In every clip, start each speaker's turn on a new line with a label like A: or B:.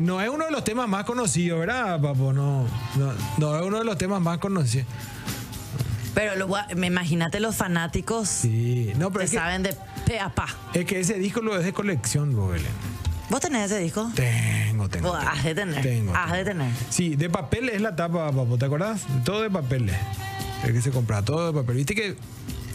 A: No es uno de los temas más conocidos, ¿verdad, papo? No, no, no es uno de los temas más conocidos.
B: Pero lo gua- me imagínate los fanáticos
A: Sí, no, pero
B: que
A: es que,
B: saben de pe a pa.
A: es que ese disco lo es de colección, vos, Belén.
B: ¿Vos tenés ese disco?
A: Tengo, tengo.
B: Vos
A: tengo.
B: has de tener.
A: Tengo,
B: has de tener.
A: Sí, de papel es la tapa, papo, ¿te acordás? Todo de papel es. El que se compraba todo de papel. Viste que,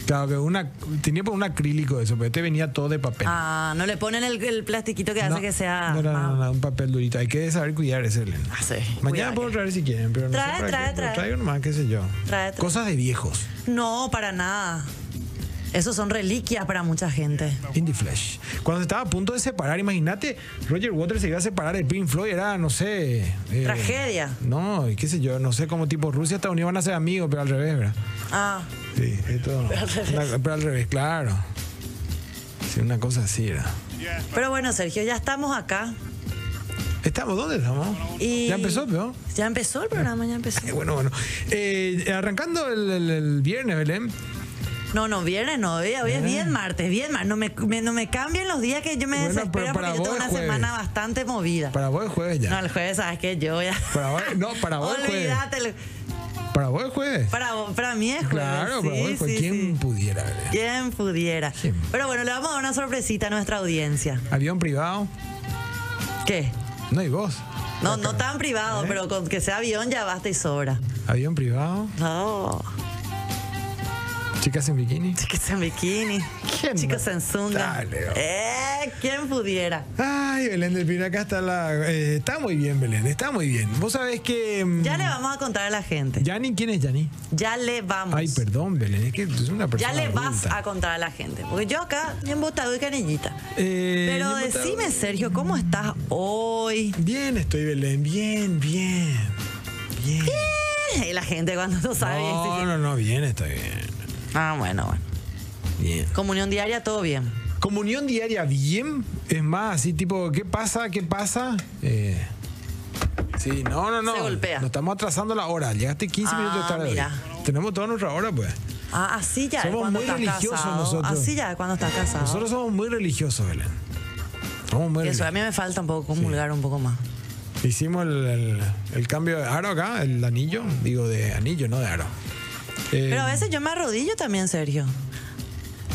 A: claro, que una, tenía por un acrílico eso, pero este venía todo de papel.
B: Ah, no le ponen el, el plastiquito que
A: No,
B: hace que sea.
A: No, no,
B: más-
A: no, no, un papel durito. Hay que saber cuidar ese, Elena.
B: Ah, sí.
A: Mañana
B: Cuidado
A: puedo
B: que-
A: traer si quieren, pero no
B: Trae,
A: sé para
B: trae,
A: qué, pero
B: trae.
A: Traigo nomás, qué sé yo.
B: Trae, trae.
A: Cosas de viejos.
B: No, para nada. Esos son reliquias para mucha gente.
A: Indie Flash. Cuando se estaba a punto de separar, imagínate, Roger Waters se iba a separar el Pink Floyd, era, no sé. eh,
B: Tragedia.
A: No, y qué sé yo, no sé cómo tipo Rusia y Estados Unidos van a ser amigos, pero al revés, ¿verdad?
B: Ah,
A: Sí, esto.
B: Pero al revés.
A: una- pero al revés, claro. Sí, una cosa así era.
B: pero bueno, Sergio, ya estamos acá.
A: ¿Estamos? ¿Dónde estamos?
B: Y
A: Ya empezó, ¿no?
B: Ya empezó el programa, ya empezó.
A: Eh, bueno, bueno. Eh, arrancando el, el- el viernes, Belén.
B: No, no, viernes no, hoy, hoy
A: Eh.
B: es bien martes, bien martes. No me, me- no me cambien los días que yo me
A: Bueno, pero
B: desespero
A: para
B: porque yo
A: vos
B: tengo
A: es
B: una
A: jueves.
B: semana bastante movida.
A: Para vos es jueves
B: No,
A: ya.
B: el jueves, ¿sabes qué? Yo ya.
A: Para vos- no, para pues. vos es jueves.
B: Olvídate. el-
A: Para vos es jueves.
B: Para, vos- para mí es jueves.
A: Claro, para
B: sí,
A: vos es jueves.
B: sí,
A: ¿Quién
B: sí.
A: pudiera, Belén?
B: ¿Quién pudiera?
A: ¿Quién?
B: Pero bueno, le vamos a dar una sorpresita a nuestra audiencia.
A: Avión privado.
B: ¿Qué?
A: No, y vos.
B: No, no tan
A: ¿Eh?
B: privado, pero con que sea avión ya basta y sobra.
A: Avión privado.
B: Oh,
A: Chicas en bikini.
B: chicas en bikini,
A: ¿Quién
B: chicos
A: no?
B: en zunga.
A: Dale, oh.
B: Eh, ¿quién pudiera?
A: Ay, Belén del Pino, acá está la. eh, está muy bien, Belén, está muy bien. Vos sabés que. mm,
B: Ya le vamos a contar a la gente.
A: Yanni, ¿quién es Yanni?
B: Ya le vamos.
A: Ay, perdón, Belén, es que es una persona.
B: ya le vas
A: adulta.
B: a contar a la gente. Porque yo acá, bien botado y canillita.
A: Eh,
B: Pero
A: yo me estaba-
B: decime, Sergio, ¿cómo estás hoy?
A: Bien, estoy, Belén, bien, bien. Bien.
B: Eh, La gente cuando no sabe.
A: No,
B: dice
A: no, no, bien, estoy bien.
B: que- Ah, bueno, bueno.
A: Bien.
B: Comunión diaria, todo bien.
A: Comunión diaria, bien. Es más, así tipo, ¿qué pasa? ¿Qué pasa? Eh, sí, no, no, no.
B: Se golpea.
A: Nos estamos atrasando la hora. Llegaste 15
B: Ah,
A: minutos tarde. hoy.
B: mira.
A: Tenemos toda nuestra hora, pues.
B: Ah, así ya es
A: Somos
B: cuando
A: muy
B: estás
A: religiosos
B: casado.
A: nosotros.
B: Así ya es cuando estás casado.
A: Nosotros somos muy religiosos, Belén. Somos muy
B: Eso, a
A: religiosos.
B: mí me falta un poco comulgar un poco más.
A: Hicimos el, el- el cambio de aro acá, el anillo. Digo, de anillo, no de aro. Eh,
B: Pero a veces yo me arrodillo también, Sergio.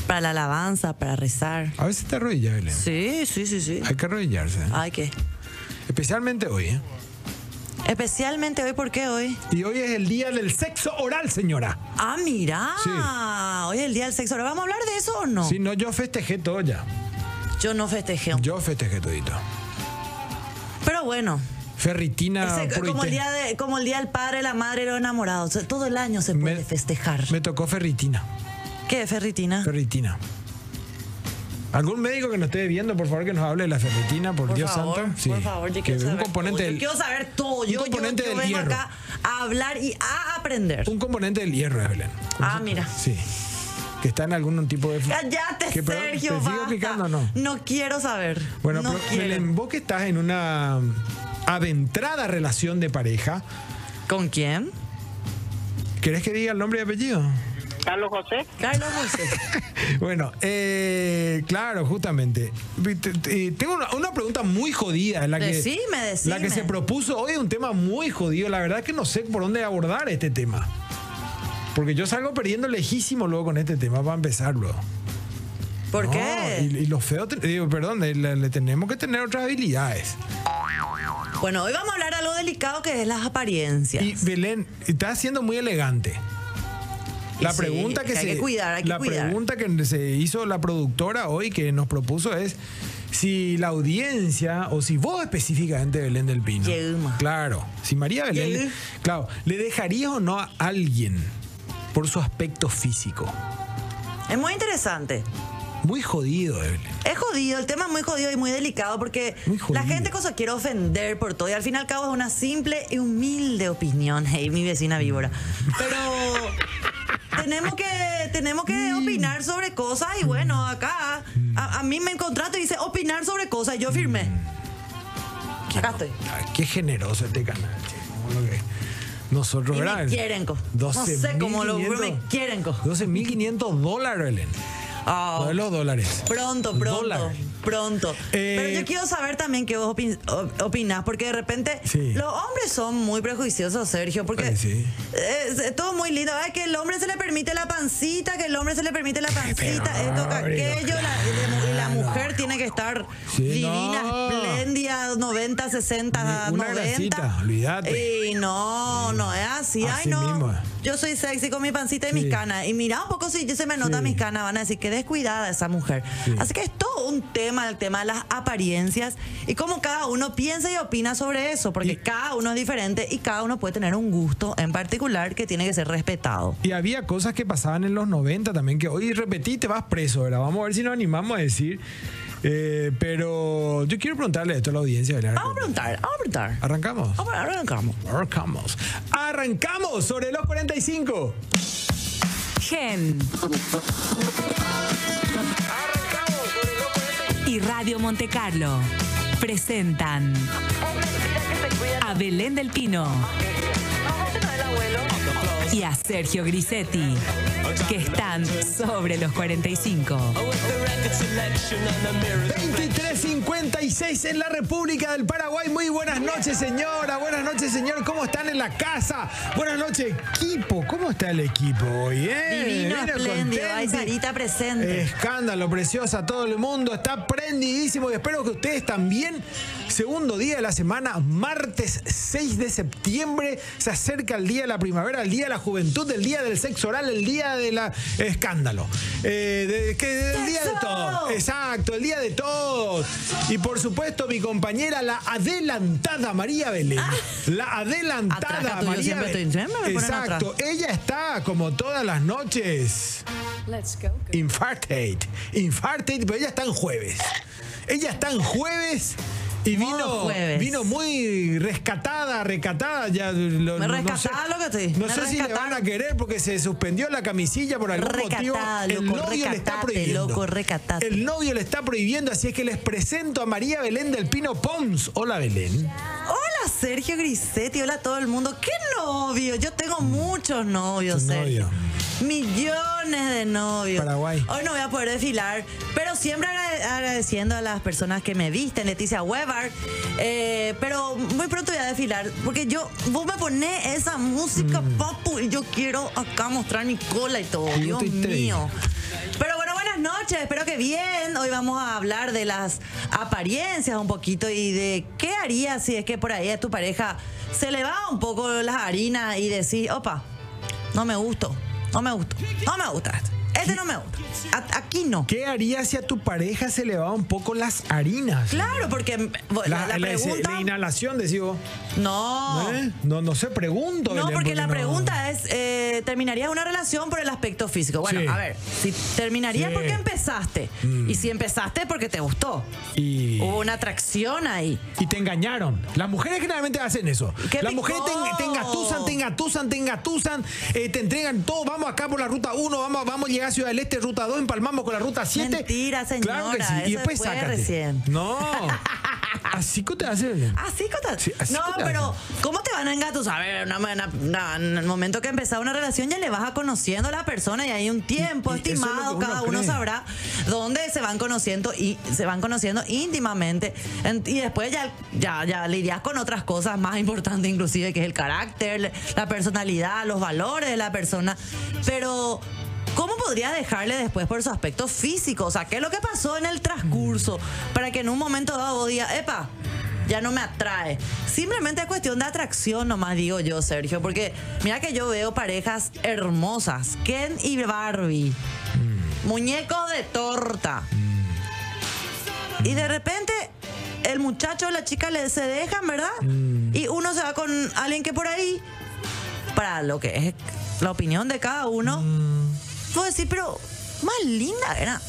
B: Para la alabanza, para rezar.
A: a veces te arrodillas, Belén.
B: Sí, sí, sí, sí.
A: Hay que arrodillarse. ¿eh?
B: Ay, ¿qué?
A: Especialmente hoy, ¿eh?
B: Especialmente hoy, ¿por qué hoy?
A: Y hoy es el día del sexo oral, señora.
B: Ah, mira.
A: Sí.
B: Hoy es el día del sexo. ¿Ahora vamos a hablar de eso o no?
A: Si no, yo festejé todo ya.
B: Yo no festejé.
A: Yo festejé todito.
B: Pero bueno,
A: Ferritina
B: ese-
A: puro
B: como, el
A: y té.
B: día de- como el día del padre, la madre y los enamorados. O sea, Todo el año se puede
A: Me-
B: festejar.
A: Me tocó ferritina.
B: ¿Qué, Ferritina?
A: Ferritina. ¿Algún médico que nos esté viendo, por favor, que nos hable de la ferritina, por,
B: Por
A: Dios
B: favor,
A: santo? Sí.
B: por favor, yo
A: que
B: quiero
A: es
B: saber
A: un componente
B: todo. Yo
A: del,
B: quiero saber todo. Yo, yo-
A: componente
B: yo
A: del
B: vengo
A: hierro.
B: acá a hablar y a aprender.
A: un componente del hierro de Belén.
B: Ah, mira.
A: Sí. Que está en algún tipo de.
B: Cállate,
A: ¿Qué, perdón?
B: Sergio,
A: ¿Te sigo
B: basta.
A: picando o no?
B: quiero saber.
A: Bueno,
B: no
A: pero
B: quiero.
A: Belén, vos que estás en una adentrada relación de pareja,
B: ¿Con quién?
A: ¿querés que diga el nombre y apellido?
C: Carlos José,
B: Carlos José.
A: Bueno, eh, claro, justamente. Te- te- Tengo una, una pregunta muy jodida. La que,
B: Decime, decime.
A: La que se propuso hoy es un tema muy jodido. La verdad que no sé por dónde abordar este tema. Porque yo salgo perdiendo lejísimo luego con este tema para empezar luego.
B: ¿Por
A: No,
B: qué?
A: Y, y los feos, te- digo, perdón, le, le tenemos que tener otras habilidades.
B: Bueno, hoy vamos a hablar de algo delicado que es las apariencias.
A: Y Belén, estás siendo muy elegante. La
B: Sí,
A: pregunta que,
B: que hay
A: se
B: que cuidar, hay que
A: la
B: cuidar.
A: pregunta que se hizo la productora hoy que nos propuso es si la audiencia o si vos específicamente Belén del Pino.
B: Yeuma.
A: Claro, si María Belén,
B: Yeuma.
A: claro, le dejarías o no a alguien por su aspecto físico.
B: Es muy interesante.
A: Muy jodido, Belén.
B: Es jodido, el tema es muy jodido y muy delicado porque
A: Muy jodido.
B: la gente cosa quiere ofender por todo y al fin y al cabo es una simple y humilde opinión. Hey, mi vecina víbora. Pero tenemos que, tenemos que opinar sobre cosas y bueno, acá a, a mí me encontraste y dice opinar sobre cosas y yo firmé. Acá estoy.
A: Ay, qué generoso este canal, che, como lo que- nosotros,
B: Y
A: ¿verdad?
B: me quieren, co. No sé cómo lo me quieren, co.
A: 12.500 dólares, Belén.
B: Ah,
A: No es los dólares.
B: Pronto, pronto.
A: Dólar.
B: pronto.
A: Eh,
B: Pero yo quiero saber también qué vos opin- op- opinás, porque de repente
A: Sí.
B: los hombres son muy prejuiciosos, Sergio, porque
A: Ay, sí.
B: es, es todo muy lindo. Ay, que el hombre se le permite la pancita, que el hombre se le permite la pancita, esto, que
A: abrigo,
B: aquello. La, y la mujer tiene que estar
A: Sí,
B: divina,
A: no.
B: espléndida, 90, 60,
A: Una
B: 90.
A: grasita, olvídate.
B: Y no, no es así.
A: Así
B: Ay, no.
A: mismo es.
B: Yo soy sexy con mi pancita y mis
A: Sí.
B: canas. Y mira un poco si se me notan
A: Sí.
B: mis canas, van a decir que descuidada esa mujer.
A: Sí.
B: Así que es todo un tema, el tema de las apariencias y cómo cada uno piensa y opina sobre eso, porque
A: Y-
B: cada uno es diferente y cada uno puede tener un gusto en particular que tiene que ser respetado.
A: Y había cosas que pasaban en los 90 también, que hoy repetí, te vas preso, ¿verdad? Vamos a ver si nos animamos a decir. Eh, pero yo quiero preguntarle esto a la audiencia. ¿verdad?
B: Vamos a preguntar, vamos a preguntar.
A: ¿Arrancamos?
B: Vamos a arrancamos.
A: Arrancamos. Arrancamos sobre los 45.
C: Gen y Radio Monte Carlo presentan a Belén del Pino y a Sergio Grisetti, que están sobre los 45.
A: 23.56 en la República del Paraguay. Muy buenas noches, señora. Buenas noches, señor. ¿Cómo están en la casa? Buenas noches, equipo. ¿Cómo está el equipo hoy? eh?
B: Divino,
A: Vino
B: espléndido. Ay,
A: contento. Eh,
B: Sarita presente.
A: Escándalo, preciosa, todo el mundo está prendidísimo y espero que ustedes también. Segundo día de la semana, martes 6 de septiembre, se acerca el día de la primavera, el día de la juventud, el día del sexo oral, el día de la escándalo. Eh, de- que- el día de
B: ¡Sexo!
A: todo. Exacto, el día de todos. Y por supuesto, mi compañera, la adelantada María Belén. La adelantada
B: Atraca tú, Ah. yo
A: María
B: siempre
A: Be-
B: estoy- siempre me ponen atrás.
A: Exacto, ella está como todas las noches. Infartate. Infartate, pero ella está en jueves. Ella está en jueves y
B: Modo
A: vino,
B: jueves.
A: vino muy rescatada, recatada. Ya, lo-
B: Me
A: no
B: rescataba
A: sé-
B: lo que estoy.
A: No
B: Me
A: sé si le
B: rescataba.
A: van a querer porque se suspendió la camisilla por algún motivo.
B: Recatada,
A: el
B: loco,
A: novio le está
B: recatate,
A: prohibiendo.
B: loco, recatate.
A: El novio le está prohibiendo, así es que les presento a María Belén del Pino Pons. Hola Belén.
B: Hola Sergio Grisetti, hola a todo el mundo. ¿Qué novio? Yo tengo muchos novios,
A: Tu
B: Sergio.
A: novio.
B: Millones de novios.
A: Paraguay.
B: Hoy no voy a poder desfilar, pero siempre agrade- agradeciendo a las personas que me visten, Leticia Weber. Eh, pero muy pronto voy a desfilar, porque yo, vos me ponés esa música
A: Mm.
B: papu y yo quiero acá mostrar mi cola y todo.
A: Sí,
B: Dios
A: te- te-
B: mío. Pero bueno, buenas noches, espero que bien. Hoy vamos a hablar de las apariencias un poquito y de qué harías si es que por ahí a tu pareja se le va un poco las harinas y decís, opa, no me gusto, no me gusto, no me gusta esto, este no me gusta, a- aquí no.
A: ¿Qué harías si a tu pareja se le va un poco las harinas?
B: Claro, porque mm, bueno, la, la
A: ese-
B: pregunta...
A: la inhalación, decís vos.
B: No.
A: ¿Eh? No, no se pregunto.
B: No,
A: Belén,
B: porque la
A: no-
B: pregunta es, eh, ¿terminarías una relación por el aspecto físico? Bueno,
A: Sí.
B: a ver, si terminarías
A: Sí. Mm.
B: porque empezaste. Y si empezaste porque te gustó.
A: Y,
B: Hubo una atracción ahí.
A: y te engañaron. Las mujeres generalmente hacen eso.
B: ¡Qué
A: Las mujeres te,
B: picó!
A: te engatusan, te engatusan, te engatusan, eh, te entregan todo. Vamos acá por la ruta 1, vamos, vamos a llegar a Ciudad del Este, ruta 2, empalmamos con la ruta 7.
B: Mentira,
A: Claro que sí.
B: señora,
A: Y
B: eso
A: después
B: fue
A: sácate.
B: recién.
A: No. Así que te hace. Belén.
B: Así, cosas.
A: Sí, así
B: ¿Ah, no,
A: que te
B: pero ¿cómo te van a engatusar? A ver, una- una- una- en el momento que empezás una relación ya le vas a conociendo a la persona y hay un tiempo
A: Y- y eso es lo que
B: estimado,
A: uno
B: cada uno
A: cree.
B: sabrá dónde se van conociendo y se van conociendo íntimamente. En- Y después ya, ya, ya lidias con otras cosas más importantes, inclusive, que es el carácter, la personalidad, los valores de la persona. Pero. ¿Cómo podría dejarle después por su aspecto físico? O sea, ¿qué es lo que pasó en el transcurso? Para que en un momento dado vos digas, epa, ya no me atrae. Simplemente es cuestión de atracción, nomás digo yo, Sergio, porque mira que yo veo parejas hermosas, Ken y Barbie, muñecos de torta.
A: Mm.
B: Y de repente el muchacho o la chica le, se dejan, ¿verdad?
A: Mm.
B: Y uno se va con alguien que por ahí, para lo que es la opinión de cada uno,
A: Mm.
B: puedo decir, pero más linda era.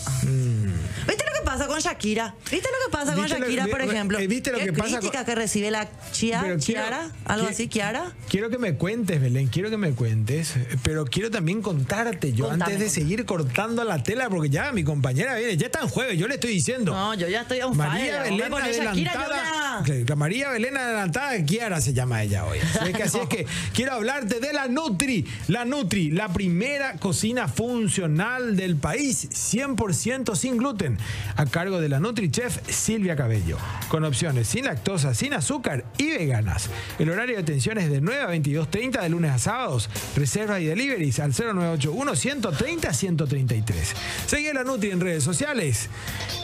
B: ¿Viste lo que pasa con Shakira? ¿Viste lo que pasa con
A: Mm. ¿Viste lo-
B: Shakira,
A: ve-
B: por
A: ve-
B: ejemplo?
A: eh, ¿viste lo
B: ¿Qué
A: que pasa con-
B: crítica que recibe la Chia,
A: Pero quiero-
B: Chiara? ¿Algo
A: qui-
B: así, Chiara?
A: Quiero que me cuentes, Belén, quiero que me cuentes, pero quiero también contarte yo
B: Contame,
A: antes de
B: contame.
A: seguir cortando la tela, porque ya mi compañera viene, ya está en jueves, yo le estoy diciendo.
B: No, yo ya estoy on
A: María
B: fire. Vos me
A: Belén
B: ponés
A: adelantada,
B: Shakira, yo ya- adelantada.
A: Claro, La María Belén Adelantada Kiara se llama ella hoy. Así es que, así es que quiero hablarte de la Nutri. La Nutri, la primera cocina funcional del país, 100% sin gluten, a cargo de la Nutri Chef Silvia Cabello, con opciones sin lactosa, sin azúcar y veganas. El horario de atención es de 9 a 22.30 de lunes a sábados. Reservas y deliveries al 0981-130-133. Sigue la Nutri en redes sociales.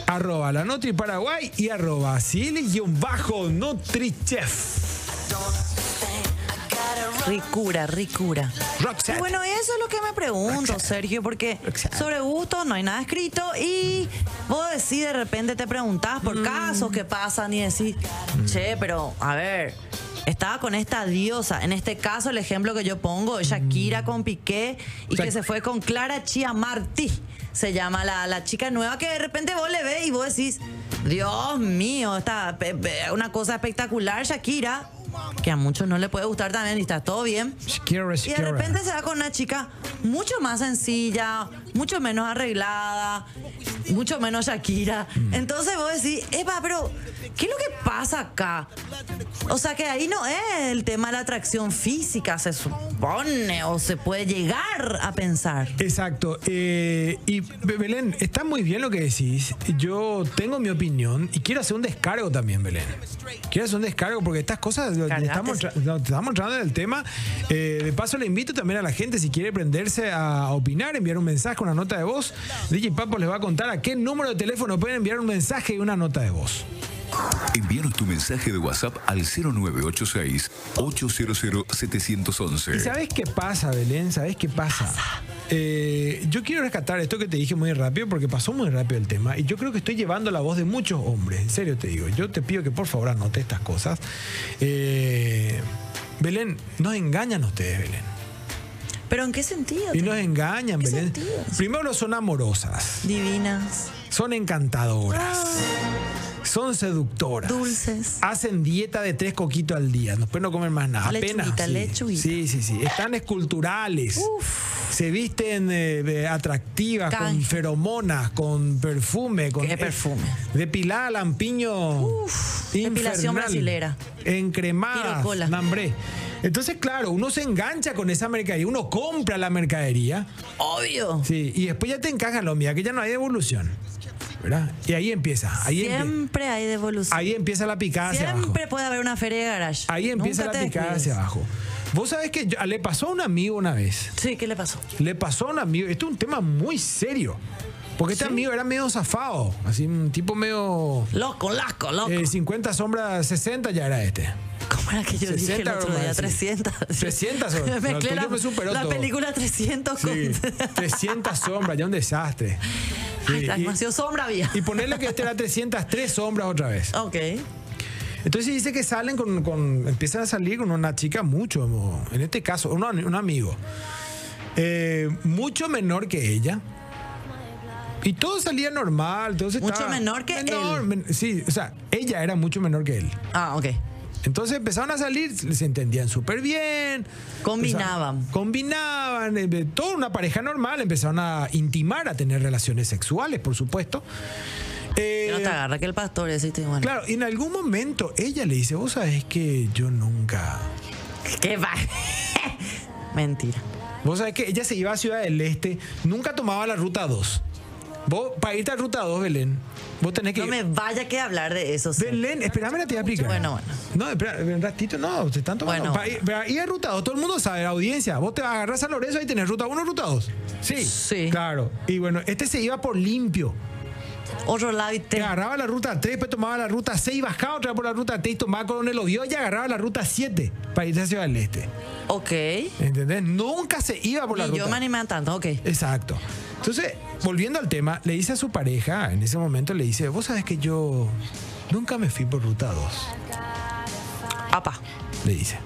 A: Arroba la Nutri Paraguay y arroba bajo NutriChef.
B: Ricura, ricura.
A: Roxette.
B: Y bueno, eso es lo que me pregunto, Sergio, porque
A: Roxette.
B: sobre gusto no hay nada escrito y vos decís, de repente te preguntás por casos que pasan y decís, che, pero a ver, estaba con esta diosa. En este caso, el ejemplo que yo pongo es Shakira con Piqué y
A: Shak-
B: que se fue con Clara Chiamartí. Se llama la, la chica nueva que de repente vos le ves y vos decís, Dios mío, está una cosa espectacular, Shakira, que a muchos no le puede gustar también y está todo bien.
A: Shakira,
B: Y de
A: Shakira.
B: repente se va con una chica mucho más sencilla, mucho menos arreglada, mucho menos Shakira.
A: Mm.
B: Entonces vos decís, Epa, pero ¿qué es lo que pasa acá? O sea que ahí no es el tema de la atracción física, se supone, o se puede llegar a pensar.
A: Exacto. Eh, y Be- Belén, está muy bien lo que decís. Yo tengo mi opinión y quiero hacer un descargo también, Belén. Quiero hacer un descargo porque estas cosas lo-
B: Cargate.
A: estamos, tra- no, te estamos entrando en el tema. Eh, de paso, le invito también a la gente, si quiere prenderse a opinar, enviar un mensaje, una nota de voz. DJ Papo les va a contar a qué número de teléfono pueden enviar un mensaje y una nota de voz.
D: Envíanos tu mensaje de WhatsApp al 0986 800 711.
A: ¿Y sabes qué pasa, Belén? ¿Sabes qué pasa? Eh, yo quiero rescatar esto que te dije muy rápido porque pasó muy rápido el tema y yo creo que estoy llevando la voz de muchos hombres, en serio te digo. Yo te pido que por favor anote estas cosas. Eh, Belén, nos engañan ustedes, Belén.
B: ¿Pero en qué sentido?
A: Y nos engañan,
B: ¿Qué
A: Belén.
B: sentido?
A: Primero son amorosas,
B: Divinas,
A: son encantadoras. Son seductoras.
B: Ah. Dulces.
A: Hacen dieta de tres coquitos al día. Después no comen más nada.
B: Lechuguita,
A: Apenas. sí.
B: lechuguita.
A: Sí, sí, sí. Están esculturales. Se visten eh, de atractivas, con
B: Canje.
A: feromonas, con perfume. Con, eh,
B: ¿Qué perfume?
A: Depilada lampiño.
B: Uf, depilación
A: infernal,
B: brasilera.
A: Encremadas.
B: Quirocola.
A: Nambré. Entonces, claro, uno se engancha con esa mercadería. Uno compra la mercadería.
B: obvio.
A: Sí, y después ya te encajan lo mía, que ya no hay devolución. ¿Verdad? Y ahí empieza. Ahí, empie-
B: Siempre hay devolución.
A: ahí empieza la picada hacia abajo.
B: Siempre puede haber una feria de garage.
A: Ahí empieza
B: Nunca
A: la
B: te
A: picada
B: descuides.
A: hacia abajo. Vos sabés que yo- le pasó a un amigo una vez.
B: Sí, ¿qué le pasó?
A: Le pasó a un amigo. Esto es un tema muy serio. Porque este amigo era medio zafado. Así un tipo medio.
B: Loco, loco, loco.
A: eh, 50 sombras 60 ya era este.
B: ¿Cómo era que yo dije el
A: 60
B: otro día?
A: nomás, sí.
B: 300.
A: 300, o- no,
B: Mezclé
A: tú
B: la,
A: ya me superó
B: la
A: todo.
B: película 300
A: Sí.
B: con...
A: 300 sombras, ya un desastre. Sí,
B: Ay, está
A: y-
B: demasiado sombra había.
A: y ponerle que este era 303 sombras otra vez.
B: Ok.
A: Entonces dice que salen con, con- empiezan a salir con una chica mucho, mo- en este caso, un, am- un amigo, eh, mucho menor que ella. Y todo salía normal, todo se
B: Mucho
A: estaba-
B: menor que él.
A: men- sí, o sea, ella era mucho menor que él.
B: Ah, ok.
A: Entonces empezaron a salir, se se entendían súper bien.
B: Combinaban.
A: Empeza- combinaban, eh, eh, toda una pareja normal, empezaron a intimar, a tener relaciones sexuales, por supuesto. Eh,
B: Pero te agarra que el pastor y así te bueno.
A: Claro, y en algún momento ella le dice, vos sabés que yo nunca...
B: ¿Qué va? Mentira.
A: Vos sabés que ella se iba a Ciudad del Este, nunca tomaba la ruta 2. Vos, para irte a ruta 2, Belén, vos tenés que...
B: No me vaya que hablar de eso. sí.
A: Belén, espérame, te voy a explicar.
B: Bueno, bueno.
A: No, espera, un ratito, no, te están tomando.
B: Bueno.
A: Para ir, para ir a ruta 2, todo el mundo sabe, la audiencia. Vos te vas a agarrar San Lorenzo y tenés ruta 1, ruta 2. Sí.
B: Sí.
A: Claro. Y bueno, este se iba por limpio.
B: Otro lado y te...
A: Te agarraba la ruta 3, después tomaba la ruta 6, bajaba otra vez por la ruta 3 y tomaba Coronel Oviedo y agarraba la ruta 7 para irse a Ciudad del Este.
B: Ok. Y
A: ¿Entendés? Nunca se iba por la ruta.
B: yo me animé a tanto. Ok.
A: Exacto. Entonces, volviendo al tema, le dice a su pareja, en ese momento le dice, vos sabés que yo nunca me fui por ruta 2,
B: Apa.
A: le dice.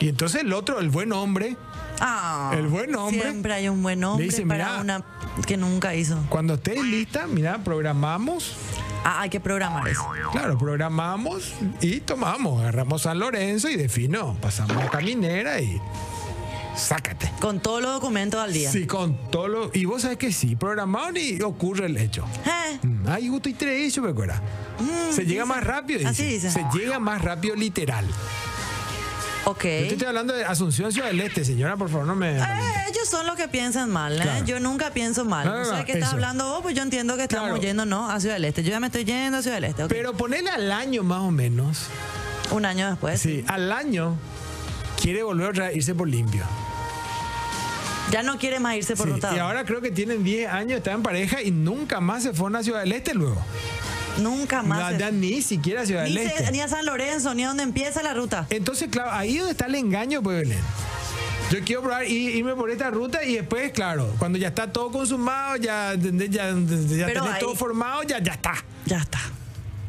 A: Y entonces el otro, el buen hombre,
B: Ah,
A: El buen hombre.
B: Siempre hay un buen hombre
A: dice,
B: para
A: "Mirá".
B: una que nunca hizo.
A: cuando estés lista, mira, programamos,
B: Ah, hay que programar eso.
A: claro, programamos y tomamos, agarramos San Lorenzo y de fino, pasamos la caminera y Sácate.
B: Con todos los documentos al día.
A: Sí, con todo lo. Y vos sabés que sí, programaron y ocurre el hecho.
B: Eh,
A: Mm, Hay justo y tres hechos, me acuerdo. se llega más rápido.
B: Mm, Así dice.
A: Se llega más rápido, literal. Yo
B: ok.
A: te estoy hablando de Asunción Ciudad del Este, señora, por favor, no me.
B: Eh, ellos son los que piensan mal, ¿eh?
A: Claro.
B: Yo nunca pienso mal.
A: No,
B: No,
A: no,
B: sé
A: no,
B: qué estás
A: eso.
B: hablando vos, pues yo entiendo que estamos
A: Claro.
B: yendo, ¿no? A Ciudad del Este. Yo ya me estoy yendo a Ciudad del Este. ok.
A: Pero ponele al año más o menos.
B: Un año después.
A: Sí, al año quiere volver otra vez a irse por limpio.
B: Ya no quiere más irse por
A: Sí,
B: rotado.
A: Y ahora creo que tienen 10 años, están en pareja y nunca más se fue a una Ciudad del Este luego.
B: Nunca más.
A: No,
B: se-
A: ya ni siquiera a Ciudad
B: ni,
A: del
B: se-
A: Este. Eh.
B: ni a San Lorenzo, ni a donde empieza la ruta.
A: Entonces, claro, ahí es donde está el engaño, pues, Belén. Yo quiero probar y irme por esta ruta y después, claro, cuando ya está todo consumado, ya, ¿entendés? ya, ya
B: Pero
A: tenés
B: ahí-
A: todo formado, ya, ya está.
B: Ya está.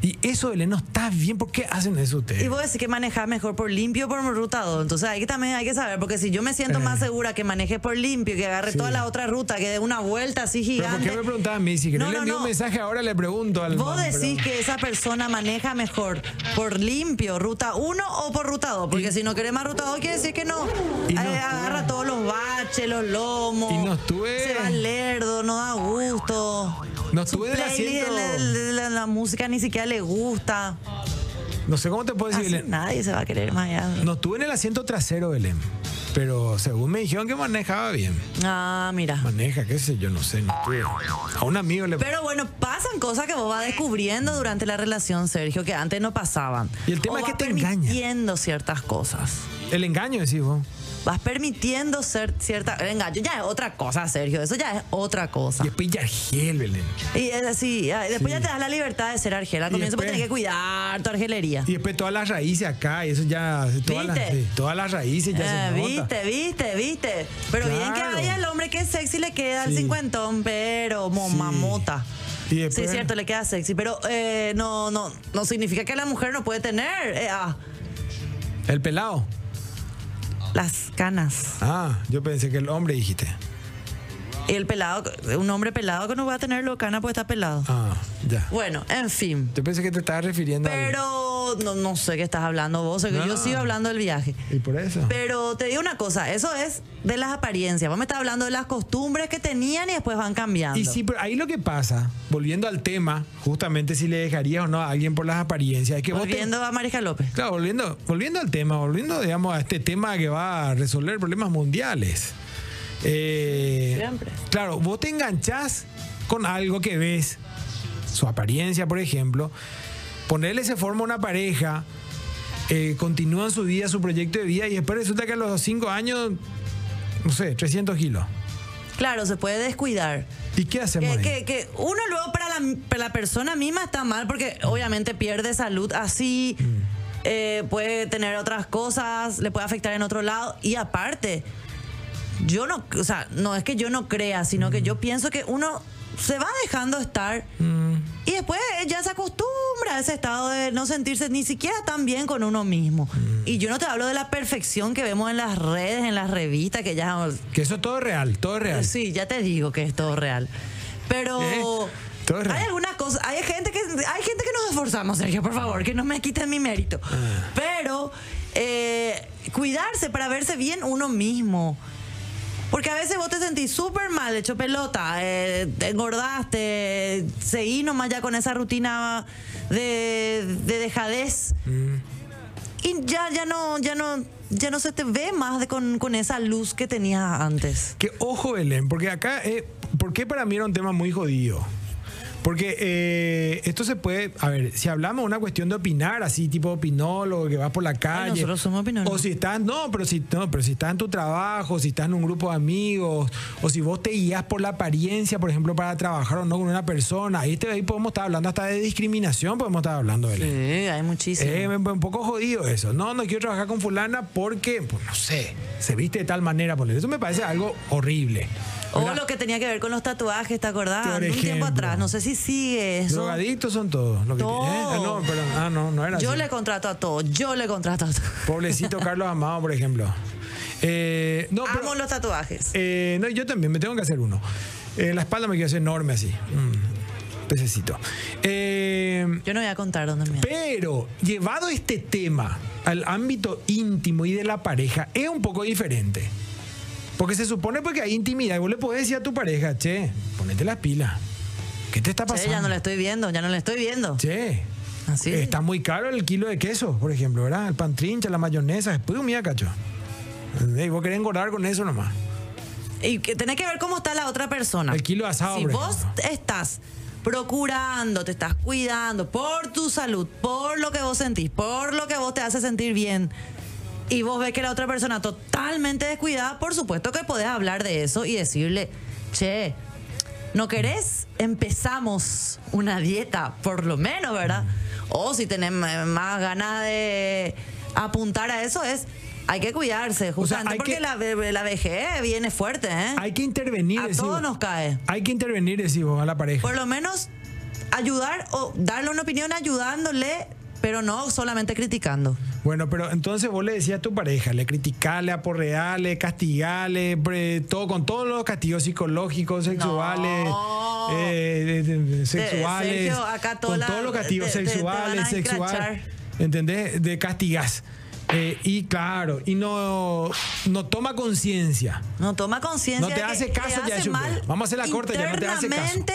A: Y eso, Belén, no está bien. ¿Por qué hacen eso ustedes?
B: Y vos decís que manejar mejor por limpio o por rutado. Entonces hay que también hay que saber, porque si yo me siento
A: Eh.
B: más segura que maneje por limpio, que agarre toda la otra ruta, que dé una vuelta así
A: ¿Pero por
B: gigante.
A: qué me preguntás a mí? Si querés
B: No,
A: le
B: no,
A: envío un
B: no.
A: mensaje ahora, le pregunto al
B: Vos
A: man, pero-
B: decís que esa persona maneja mejor por limpio, ruta 1 o por ruta 2, porque si no querés más ruta 2 quiere decir que no.
A: Y no
B: Eh,
A: estuve-
B: agarra todos los baches, los lomos.
A: Y no estuve-
B: Se va lerdo, no da gusto.
A: No
B: Su
A: estuve en el
B: playlist de la,
A: asiento.
B: de la- la música ni siquiera le gusta.
A: No sé cómo te puedo decir,
B: Así
A: Belén.
B: nadie se va a querer más allá.
A: No estuve en el asiento trasero, Belén. Pero según me dijeron que manejaba bien.
B: Ah, mira.
A: Maneja, qué sé yo, no sé. no estuve. A un amigo le...
B: Pero bueno, pasan cosas que vos vas descubriendo durante la relación, Sergio, que antes no pasaban.
A: Y el tema
B: O
A: es que
B: vas
A: te engaña.
B: permitiendo ciertas cosas.
A: El engaño, decís vos.
B: Vas permitiendo ser cierta. Venga, yo ya es otra cosa, Sergio. Eso ya es otra cosa.
A: Y es pillar gel, Belén.
B: Y es así. ah, y Después ya te das la libertad de ser argel. Al
A: Y
B: comienzo,
A: después-
B: pues tenés que cuidar tu argelería.
A: Y después todas las raíces acá, y eso ya... Todas, las,
B: ¿Viste?
A: sí, todas las raíces ya
B: Eh,
A: se nota.
B: viste, viste, viste. Pero bien que
A: Claro.
B: vaya el hombre que es sexy le queda al
A: Sí.
B: cincuentón, pero mo-
A: Sí.
B: mamota.
A: Y después-
B: Sí, es cierto, le queda sexy. Pero eh, no, no, no significa que la mujer no puede tener eh, ah,
A: El pelado.
B: las canas.
A: Ah, yo pensé que el hombre dijiste.
B: Y el pelado, un hombre pelado que no va a tener lo cana porque está pelado.
A: Ah, ya.
B: Bueno, en fin.
A: Yo pensé que te estabas refiriendo a...
B: Pero no, no sé qué estás hablando vos, o que yo
A: No.
B: sigo hablando del viaje.
A: Y por eso.
B: Pero te digo una cosa, eso es de las apariencias. Vos me estás hablando de las costumbres que tenían y después van cambiando.
A: Y sí, pero ahí lo que pasa, volviendo al tema, justamente si le dejarías o no a alguien por las apariencias, es que vos te-
B: Volviendo a Marija López.
A: Claro, volviendo, volviendo al tema, volviendo, digamos, a este tema que va a resolver problemas mundiales. Eh,
B: Siempre.
A: Claro, vos te enganchás con algo que ves, su apariencia, por ejemplo. Ponerle se forma una pareja, eh, continúan su vida, su proyecto de vida, y después resulta que a los cinco años, no sé, 300 kilos.
B: Claro, se puede descuidar.
A: ¿Y qué hacemos?
B: Que,
A: ahí?
B: que- que uno luego para la, para la persona misma está mal porque obviamente pierde salud así, eh, puede tener otras cosas, le puede afectar en otro lado. Y aparte, yo no, o sea, no es que yo no crea, sino que yo pienso que uno se va dejando estar y después ya se acostumbra a ese estado de no sentirse ni siquiera tan bien con uno mismo. Y yo no te hablo de la perfección que vemos en las redes, en las revistas, que ya
A: Que eso todo es real, todo es real.
B: Sí, ya te digo que es todo real. Pero
A: ¿Eh? Todo es real.
B: hay algunas cosas, hay gente que hay gente que nos esforzamos, Sergio, por favor, que no me quiten mi mérito.
A: Ah.
B: Pero eh, cuidarse para verse bien uno mismo. Porque a veces vos te sentís súper mal, hecho pelota, eh, te engordaste, seguí nomás ya con esa rutina de, de dejadez.
A: Mm.
B: Y ya, ya no, ya no, ya no se te ve más de- con, con esa luz que tenías antes.
A: Que ojo, Belén, porque acá, eh, ¿por qué para mí era un tema muy jodido? Porque eh, esto se puede, a ver, si hablamos de una cuestión de opinar, así tipo opinólogo, que vas por la calle.
B: nosotros somos opinólogos.
A: O si estás, no, pero si no, pero si estás en tu trabajo, si estás en un grupo de amigos, o si vos te guías por la apariencia, por ejemplo, para trabajar o no con una persona, ahí, te, ahí podemos estar hablando hasta de discriminación, podemos estar hablando, Belén.
B: Sí, hay muchísimo.
A: Eh, un un poco jodido eso. No, no quiero trabajar con fulana porque, pues no sé, se viste de tal manera. Por eso me parece algo horrible.
B: o
A: ¿Verdad?
B: lo que tenía que ver con los tatuajes, ¿te acordás?
A: Por
B: Un tiempo
A: ejemplo.
B: atrás, no sé si sigue eso.
A: Drogadictos son todos. Lo que
B: Todo.
A: tiene- ¿eh? Ah, no, perdón. Ah, no, no era
B: Yo
A: así.
B: le contrato a todo, yo le contrato a todo.
A: Pobrecito Carlos Amado, por ejemplo. Eh, no, pero-
B: Amo los tatuajes.
A: Eh, no, yo también me tengo que hacer uno. Eh, la espalda me quiero hacer enorme así. Mm, pececito. Eh,
B: Yo no voy a contar dónde me.
A: Pero llevado este tema al ámbito íntimo y de la pareja es un poco diferente. Porque se supone porque hay intimidad. Y vos le podés decir a tu pareja, che, ponete las pilas. ¿Qué te está pasando?
B: Che, ya no la estoy viendo, ya no la estoy viendo.
A: Che,
B: Así.
A: está muy caro el kilo de queso, por ejemplo, ¿verdad? El pan trincha, la mayonesa, después mía, cacho. Y vos querés engordar con eso nomás.
B: Eh. Y que tenés que ver cómo está la otra persona.
A: El kilo de asado,
B: Si
A: por
B: vos
A: ejemplo.
B: estás procurando, te estás cuidando por tu salud, por lo que vos sentís, por lo que vos te hace sentir bien. Y vos ves que la otra persona totalmente descuidada, por supuesto que podés hablar de eso y decirle, che, ¿no querés? Empezamos una dieta, por lo menos, ¿verdad? O si tenés eh, más ganas de apuntar a eso, es hay que cuidarse, justamente
A: hay
B: porque
A: que-
B: la, ve- la vejez viene fuerte, ¿eh?
A: Hay que intervenir.
B: A
A: decís
B: todos
A: vos.
B: nos cae.
A: Hay que intervenir, decís vos, a la pareja.
B: Por lo menos ayudar o darle una opinión ayudándole, pero no solamente criticando.
A: Bueno, pero entonces vos le decías a tu pareja, le criticás, le aporreás, le castigás, le pre- todo, con todos los castigos psicológicos, sexuales,
B: No.
A: eh, de- de- de- sexuales,
B: Sergio, acá toda
A: con
B: la-
A: todos los castigos
B: te- te- te van
A: sexuales,
B: a
A: sexuales,
B: escrachar.
A: ¿entendés? De castigás. Eh, y claro, y no, no toma conciencia.
B: No toma conciencia.
A: No te
B: de que
A: hace caso
B: te
A: ya,
B: hace
A: Yupe.
B: mal
A: Vamos a hacer la corte ya, no te hace caso.
B: internamente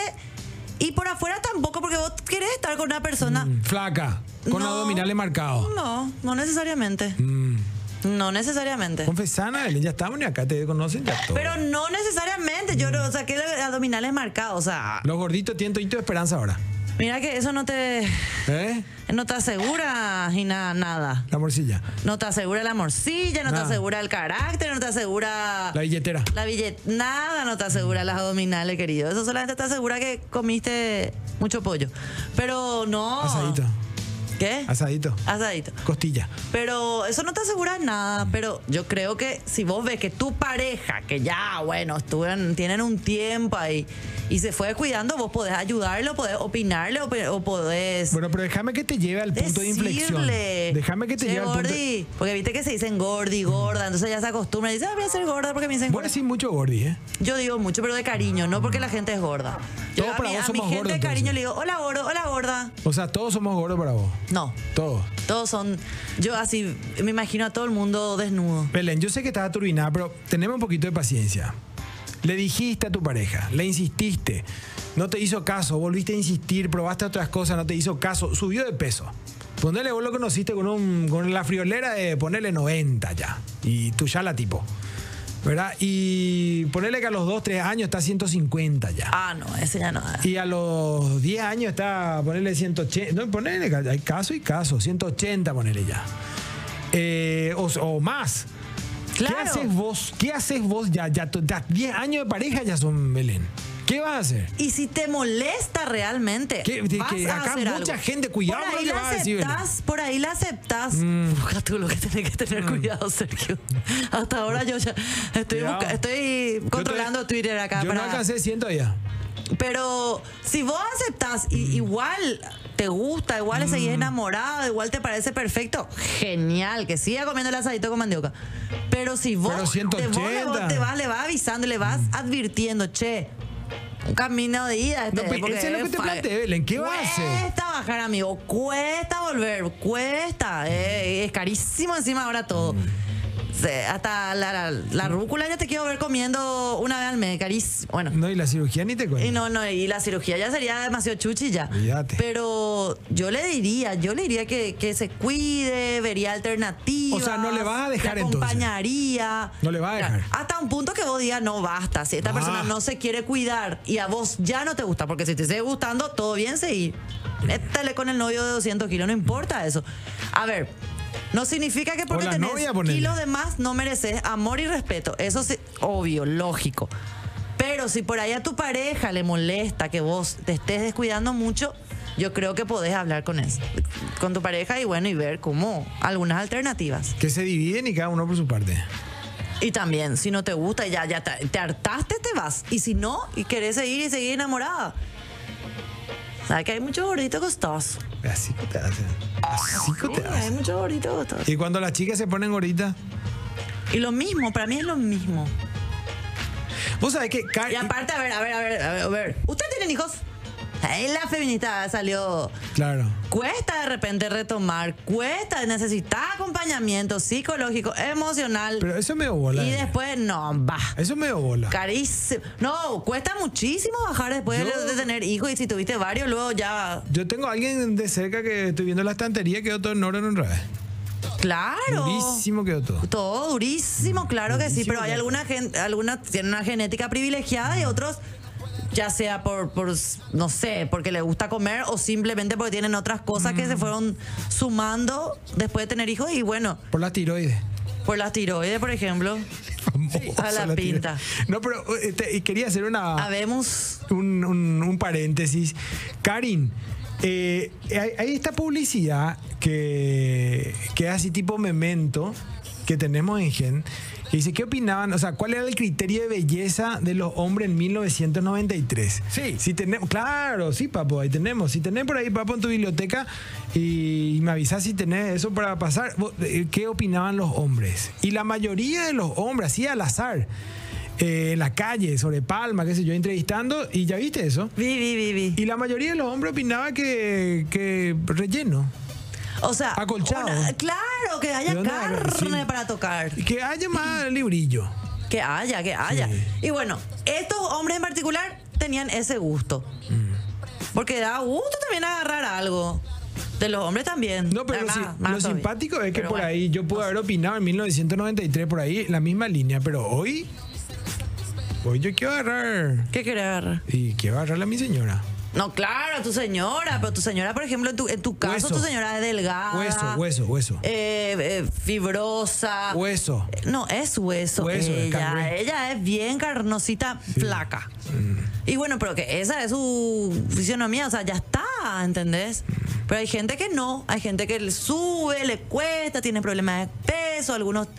B: Y por afuera tampoco, porque vos querés estar con una persona.
A: Flaca, Mm. con
B: No.
A: abdominales marcados.
B: No, no necesariamente.
A: Mm.
B: No necesariamente.
A: Confesana, Belén, ya estamos y acá te conocen ya todo.
B: Pero no necesariamente. Yo, no- o sea, que el abdominal es marcado. O sea,
A: Los gorditos tienen toito de esperanza ahora.
B: mira que eso no te,
A: ¿Eh?
B: no te asegura y na- nada.
A: La morcilla.
B: No te asegura la morcilla, no
A: Nada.
B: te asegura el carácter, no te asegura
A: La billetera.
B: la billet, nada no te asegura las abdominales, querido. Eso solamente te asegura que comiste mucho pollo. Pero no.
A: Asadito.
B: ¿Qué?
A: Asadito.
B: Asadito.
A: Costilla.
B: Pero eso no te asegura nada. Pero yo creo que si vos ves que tu pareja, que ya, bueno, estuvieron, tienen un tiempo ahí y se fue descuidando, vos podés ayudarle, o podés opinarle, o, pe- o podés.
A: Bueno, pero déjame que te lleve al punto de inflexión.
B: Decirle.
A: Déjame que te
B: "Che,
A: lleve al punto.
B: gordi", Porque viste que se dicen gordi, gorda, entonces ya se acostumbra. Dice, ah, voy a ser gorda porque me dicen
A: Vos
B: gorda.
A: decís mucho gordi, ¿eh?
B: Yo digo mucho, pero de cariño, no porque la gente es gorda. Yo
A: Todos
B: a
A: para
B: mi,
A: vos
B: a mi
A: somos
B: gente
A: gordos,
B: de cariño
A: entonces.
B: le digo, hola gordo, hola gorda.
A: O sea, todos somos gordos para vos.
B: No,
A: Todos.
B: todos son. Yo así me imagino a todo el mundo desnudo.
A: Belén, yo sé que estás turbinada, pero tenemos un poquito de paciencia. Le dijiste a tu pareja, le insististe, no te hizo caso, volviste a insistir, probaste otras cosas, no te hizo caso, subió de peso. Ponele, vos lo conociste con, un, con la friolera de ponerle 90 ya, y tú ya la tipo. ¿Verdad? Y ponele que a los 2, 3 años está 150 ya.
B: Ah, no, ese ya no.
A: Y a los 10 años está, ponerle 180, no, ponerle, hay caso y caso, 180 ponerle ya. Eh, o, o más.
B: Claro.
A: ¿Qué haces vos? ¿Qué haces vos ya? Ya tú- ya 10 años de pareja ya son Belén. ¿Qué vas a hacer?
B: Y si te molesta realmente,
A: Que- de-
B: vas
A: que
B: a
A: acá
B: hacer
A: mucha
B: algo.
A: gente, cuidado
B: por
A: con lo
B: ahí
A: que
B: la
A: vas a decir, Mm. Belén.
B: aceptás, por ahí la aceptás. Busca tú lo que tenés que
A: Mm.
B: tener cuidado, Sergio. Hasta ahora yo ya estoy,
A: Cuidado.
B: busca- estoy
A: Yo
B: controlando
A: estoy-
B: Twitter acá.
A: Yo
B: para,
A: no alcancé 100 todavía.
B: Pero si vos aceptás,
A: Mm.
B: y, igual te gusta, igual le seguís enamorado, igual te parece perfecto, genial, que siga comiendo el asadito con mandioca. Pero si vos,
A: Pero Mm. 180.
B: Te, vos le- vos te vas, le vas avisando, le vas advirtiendo, che. Un camino de ida. Este,
A: No, pero
B: porque
A: eso es lo que te
B: fa-
A: planteé, Belén, ¿qué vas a hacer?
B: Cuesta bajar, amigo. Cuesta volver. Cuesta. eh, es carísimo encima ahora
A: Mm.
B: todo. Se- hasta la, la, la rúcula ya te quiero ver comiendo una vez al mes. Carísimo. Bueno.
A: No, y la cirugía ni te cuento.
B: Y no, no, y la cirugía ya sería demasiado chuchi ya.
A: Olvídate.
B: Pero yo le diría, yo le diría que, que se cuide, vería alternativas.
A: O sea, no le vas a dejar,
B: le
A: entonces.
B: acompañaría.
A: No le vas a dejar.
B: Hasta un punto que vos digas, no basta. Si esta
A: Ah.
B: persona no se quiere cuidar y a vos ya no te gusta, porque si te sigue gustando, todo bien, seguí. Métele con el novio de 200 kilos, no importa eso. A ver. No significa que porque
A: la
B: tenés
A: novia, ponele.
B: kilos de más no mereces amor y respeto. Eso sí, obvio, lógico. Pero si por ahí a tu pareja le molesta que vos te estés descuidando mucho, yo creo que podés hablar con eso, con tu pareja y bueno, y ver cómo algunas alternativas.
A: Que se dividen y cada uno por su parte.
B: Y también, si no te gusta, y ya, ya te, te hartaste, te vas. Y si no, y querés seguir y seguir enamorada. Sabes que hay muchos gorditos costosos.
A: Así que te hacen. Así que
B: Sí,
A: te
B: hay
A: hacen.
B: muchos gorditos costosos.
A: Y cuando las chicas se ponen gorditas,
B: Y lo mismo, para mí es lo mismo.
A: vos sabés que... ca-
B: Y aparte, a ver, a ver, a ver, a ver, a ver. ¿Ustedes tienen hijos? eh, la feminista salió.
A: Claro.
B: Cuesta de repente retomar, cuesta, necesita acompañamiento psicológico, emocional.
A: Pero eso me dio bola.
B: y
A: eh.
B: después, no, va.
A: Eso me dio bola.
B: Carísimo. No, cuesta muchísimo bajar después de-
A: Yo-
B: de tener hijos y si tuviste varios, luego ya.
A: Yo tengo a alguien de cerca que estoy viendo la estantería quedó todo en oro en un revés.
B: Claro.
A: Durísimo quedó todo.
B: Todo durísimo, claro que sí,
A: Durísimo,
B: pero hay
A: claro.
B: alguna gente, algunas tienen una genética privilegiada y otros ya sea por, por, no sé, porque le gusta comer o simplemente porque tienen otras cosas
A: Mm.
B: que se fueron sumando después de tener hijos y bueno,
A: Por las tiroides.
B: por las tiroides, por ejemplo,
A: Famoso
B: a la
A: tiroides.
B: pinta.
A: No, pero eh, te- y quería hacer una.
B: habemos
A: un, un- un paréntesis. Karin, eh, hay, hay esta publicidad que, que es así tipo memento que tenemos en Gen. Que dice, ¿qué opinaban? O sea, ¿cuál era el criterio de belleza de los hombres en 1993?
E: Sí.
A: Si tenemos, claro, sí, papo, ahí tenemos. Si tenés por ahí, papo, en tu biblioteca y me avisás si tenés eso para pasar, vos, eh, ¿qué opinaban los hombres? Y la mayoría de los hombres, así al azar, eh, en la calle, sobre Palma, qué sé yo, entrevistando, y ya viste eso.
B: vi, vi, vi, vi.
A: Y la mayoría de los hombres opinaba que, que relleno.
B: O sea,
A: Acolchado.
B: claro, que haya
A: ¿De dónde agarra?
B: carne
A: Sí.
B: para tocar.
A: Y Que haya más librillo.
B: Que haya, que haya.
A: Sí.
B: Y bueno, estos hombres en particular tenían ese gusto.
A: Mm.
B: Porque da gusto también agarrar algo. De los hombres también.
A: No, pero lo,
B: Nada,
A: si-
B: más
A: lo
B: todavía.
A: simpático es que
B: Pero
A: por
B: bueno.
A: ahí yo pude haber opinado en 1993 por ahí la misma línea, pero hoy, hoy yo quiero agarrar
B: ¿Qué querés agarrar?
A: y quiero agarrarle a mi señora.
B: No, claro, tu señora. Pero tu señora, por ejemplo, en tu, en tu caso,
A: Hueso.
B: tu señora es delgada.
A: Hueso, hueso, hueso.
B: eh, eh, fibrosa.
A: Hueso.
B: Eh, No, es hueso.
A: Hueso, es
B: ella,
A: cangrejo.
B: ella es bien carnosita, flaca.
A: Mm.
B: Y bueno, pero que esa es su fisionomía, o sea, ya está, ¿entendés? Pero hay gente que no, hay gente que le sube, le cuesta, tiene problemas de peso, algunos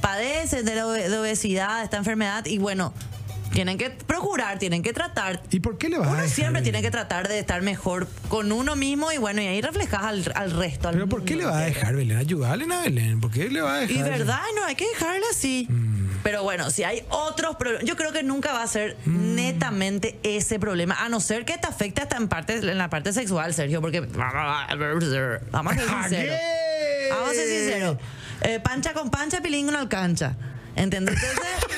B: padecen de, la obe- de obesidad, de esta enfermedad, y bueno, tienen que procurar, tienen que tratar.
A: ¿Y por qué le vas a
B: Uno
A: dejar
B: siempre
A: de-
B: tiene que tratar de estar mejor con uno mismo y bueno, y ahí reflejas al, al resto. al
A: ¿Pero por qué le
B: mundo
A: va a
B: entero.
A: dejar Belén? Ayúdale a Belén. ¿Por qué le va a dejar?
B: Y verdad, no hay que dejarla así.
A: Mm.
B: Pero bueno, si hay otros problemas, yo creo que nunca va a ser
A: Mm.
B: netamente ese problema, a no ser que te afecte hasta en, parte, en la parte sexual, Sergio, porque vamos a ser sinceros.
A: ¡Jaque!
B: Vamos a ser sinceros. Eh, pancha con pancha, pilingo al cancha. ¿Entendés? Entonces,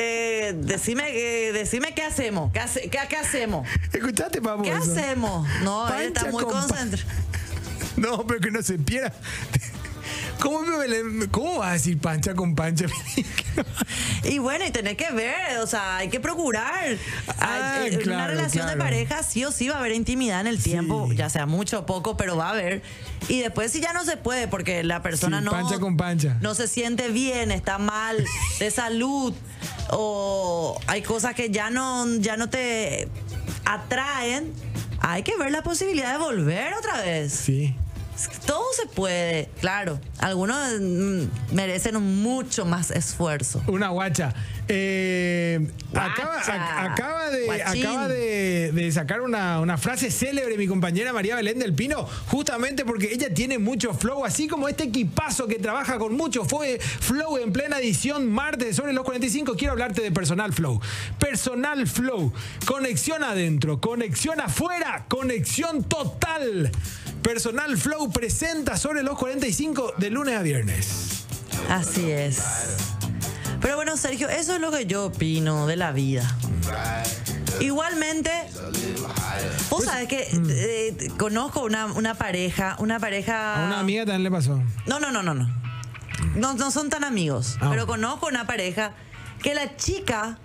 B: eh, decime, eh, decime qué hacemos, qué, hace- qué- qué hacemos,
A: Escuchaste, papo.
B: qué
A: eso?
B: hacemos. No, él está
A: Pancha
B: muy
A: con pa-
B: concentrado.
A: No, pero que no se pierda. ¿Cómo, me, Belén? ¿Cómo vas a decir pancha con pancha?
B: Y bueno, y tenés que ver, o sea, hay que procurar.
A: Ah,
B: Hay- en una
A: claro,
B: relación de
A: claro.
B: pareja sí o sí va a haber intimidad en el tiempo, ya sea mucho o poco, pero va a haber. Y después si ya no se puede porque la persona
A: Sí,
B: no
A: pancha con pancha.
B: no se siente bien, está mal de salud o hay cosas que ya no ya no te atraen, hay que ver la posibilidad de volver otra vez.
A: sí.
B: Todo se puede, claro. Algunos mm, merecen un mucho más esfuerzo.
A: Una guacha. Eh,
B: Guacha.
A: Acaba, ac- acaba de,
B: Guachín.
A: acaba de, de sacar una, una frase célebre mi compañera María Belén del Pino, justamente porque ella tiene mucho flow, así como este equipazo que trabaja con mucho fo- flow en plena edición martes sobre los 45. Quiero hablarte de Personal Flow. Personal Flow. Conexión adentro, conexión afuera, conexión total. Personal Flow presenta sobre los 45 de lunes a viernes.
B: Así es. Pero bueno, Sergio, eso es lo que yo opino de la vida. Igualmente,
A: Pues,
B: vos sabés que
A: mm.
B: eh, conozco una, una pareja, una pareja...
A: A una amiga también le pasó.
B: No, no, no, no, no. No, no son tan amigos.
A: Ah.
B: Pero conozco una pareja que la chica,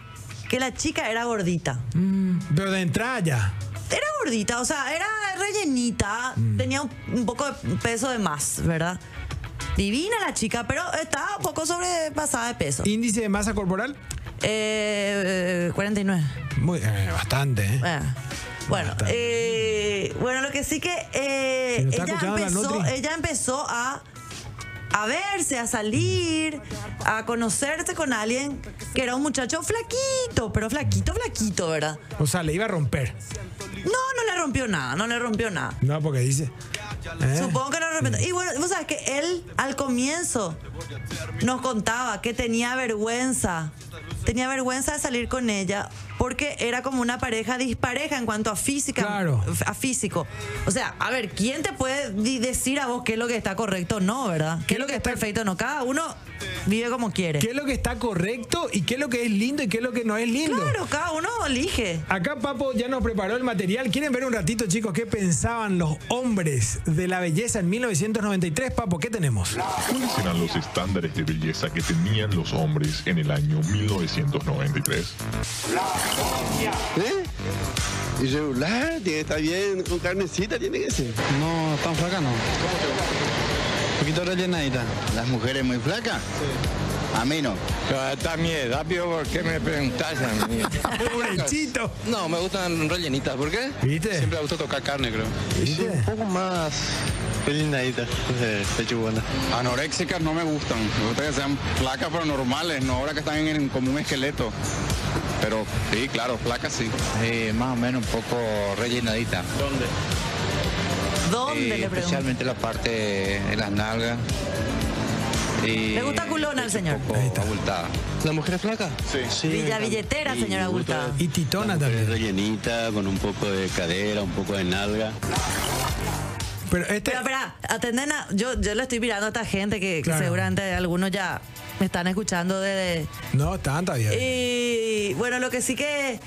B: que la chica era gordita.
A: Mm. Pero de entrada ya.
B: Era gordita, o sea, era rellenita,
A: Mm.
B: tenía un, un poco de peso de más, ¿verdad? Divina la chica, pero estaba un poco sobrepasada de peso.
A: Índice de masa corporal,
B: Eh, eh, 49.
A: muy, eh, bastante. ¿eh?
B: Bueno, Ah. bueno, eh, bueno, lo que sí que eh,
A: Si nos está
B: ella,
A: escuchando la
B: empezó,
A: Nutri.
B: ella empezó a, a verse, a salir, a conocerse con alguien que era un muchacho flaquito, pero flaquito, flaquito, ¿verdad?
A: O sea, le iba a romper.
B: No, no le rompió nada, no le rompió nada.
A: No, porque dice. ¿eh?
B: Supongo que no repente. Y bueno, vos sabes que él al comienzo nos contaba que tenía vergüenza tenía vergüenza de salir con ella porque era como una pareja dispareja en cuanto a física,
A: Claro.
B: a físico. O sea, a ver, ¿quién te puede di- decir a vos qué es lo que está correcto o no, verdad? ¿Qué es lo que es perfecto o no? Cada uno vive como quiere.
A: ¿Qué es lo que está correcto y qué es lo que es lindo y qué es lo que no es lindo?
B: Claro, cada uno elige.
A: Acá Papo ya nos preparó el material. ¿Quieren ver un ratito, chicos, qué pensaban los hombres de la belleza en 1993? Papo, ¿qué tenemos?
E: ¿Cuáles eran los estándares de belleza que tenían los hombres en el año 1993?
F: ¿Eh? Irregular, tiene que estar bien, con carnecita tiene que ser.
G: No, tan flaca no. Un poquito rellenadita.
H: ¿Las mujeres muy flacas? A mí no.
G: También, rápido, ¿por qué me preguntas a mí?
A: Pobrecito.
G: No, me gustan rellenitas, ¿por qué?
A: ¿Viste?
G: Siempre me gusta tocar carne, creo.
F: Sí, un poco más rellenadita, eh, pechugona.
G: Anoréxicas no me gustan. Me gusta que sean flacas pero normales, no ahora que están en, como un esqueleto. Pero sí, claro, flacas sí.
H: Eh, más o menos un poco rellenadita.
B: ¿Dónde
H: Eh,
B: le pregunto?
H: especialmente la parte de las nalgas. Y-
B: Le gusta culona al señor.
H: Un poco abultada.
G: ¿La mujer es flaca? Sí.
B: Villa billetera, señora Gulta.
A: Y Titona también.
H: Rellenita, con un poco de cadera, un poco de nalga.
A: Pero este.
B: Pero espera, atenden a. Yo, yo le estoy mirando a esta gente que, que
A: Claro.
B: seguramente algunos ya me están escuchando de.
A: No, están todavía.
B: Eh. Y bueno, lo que sí que.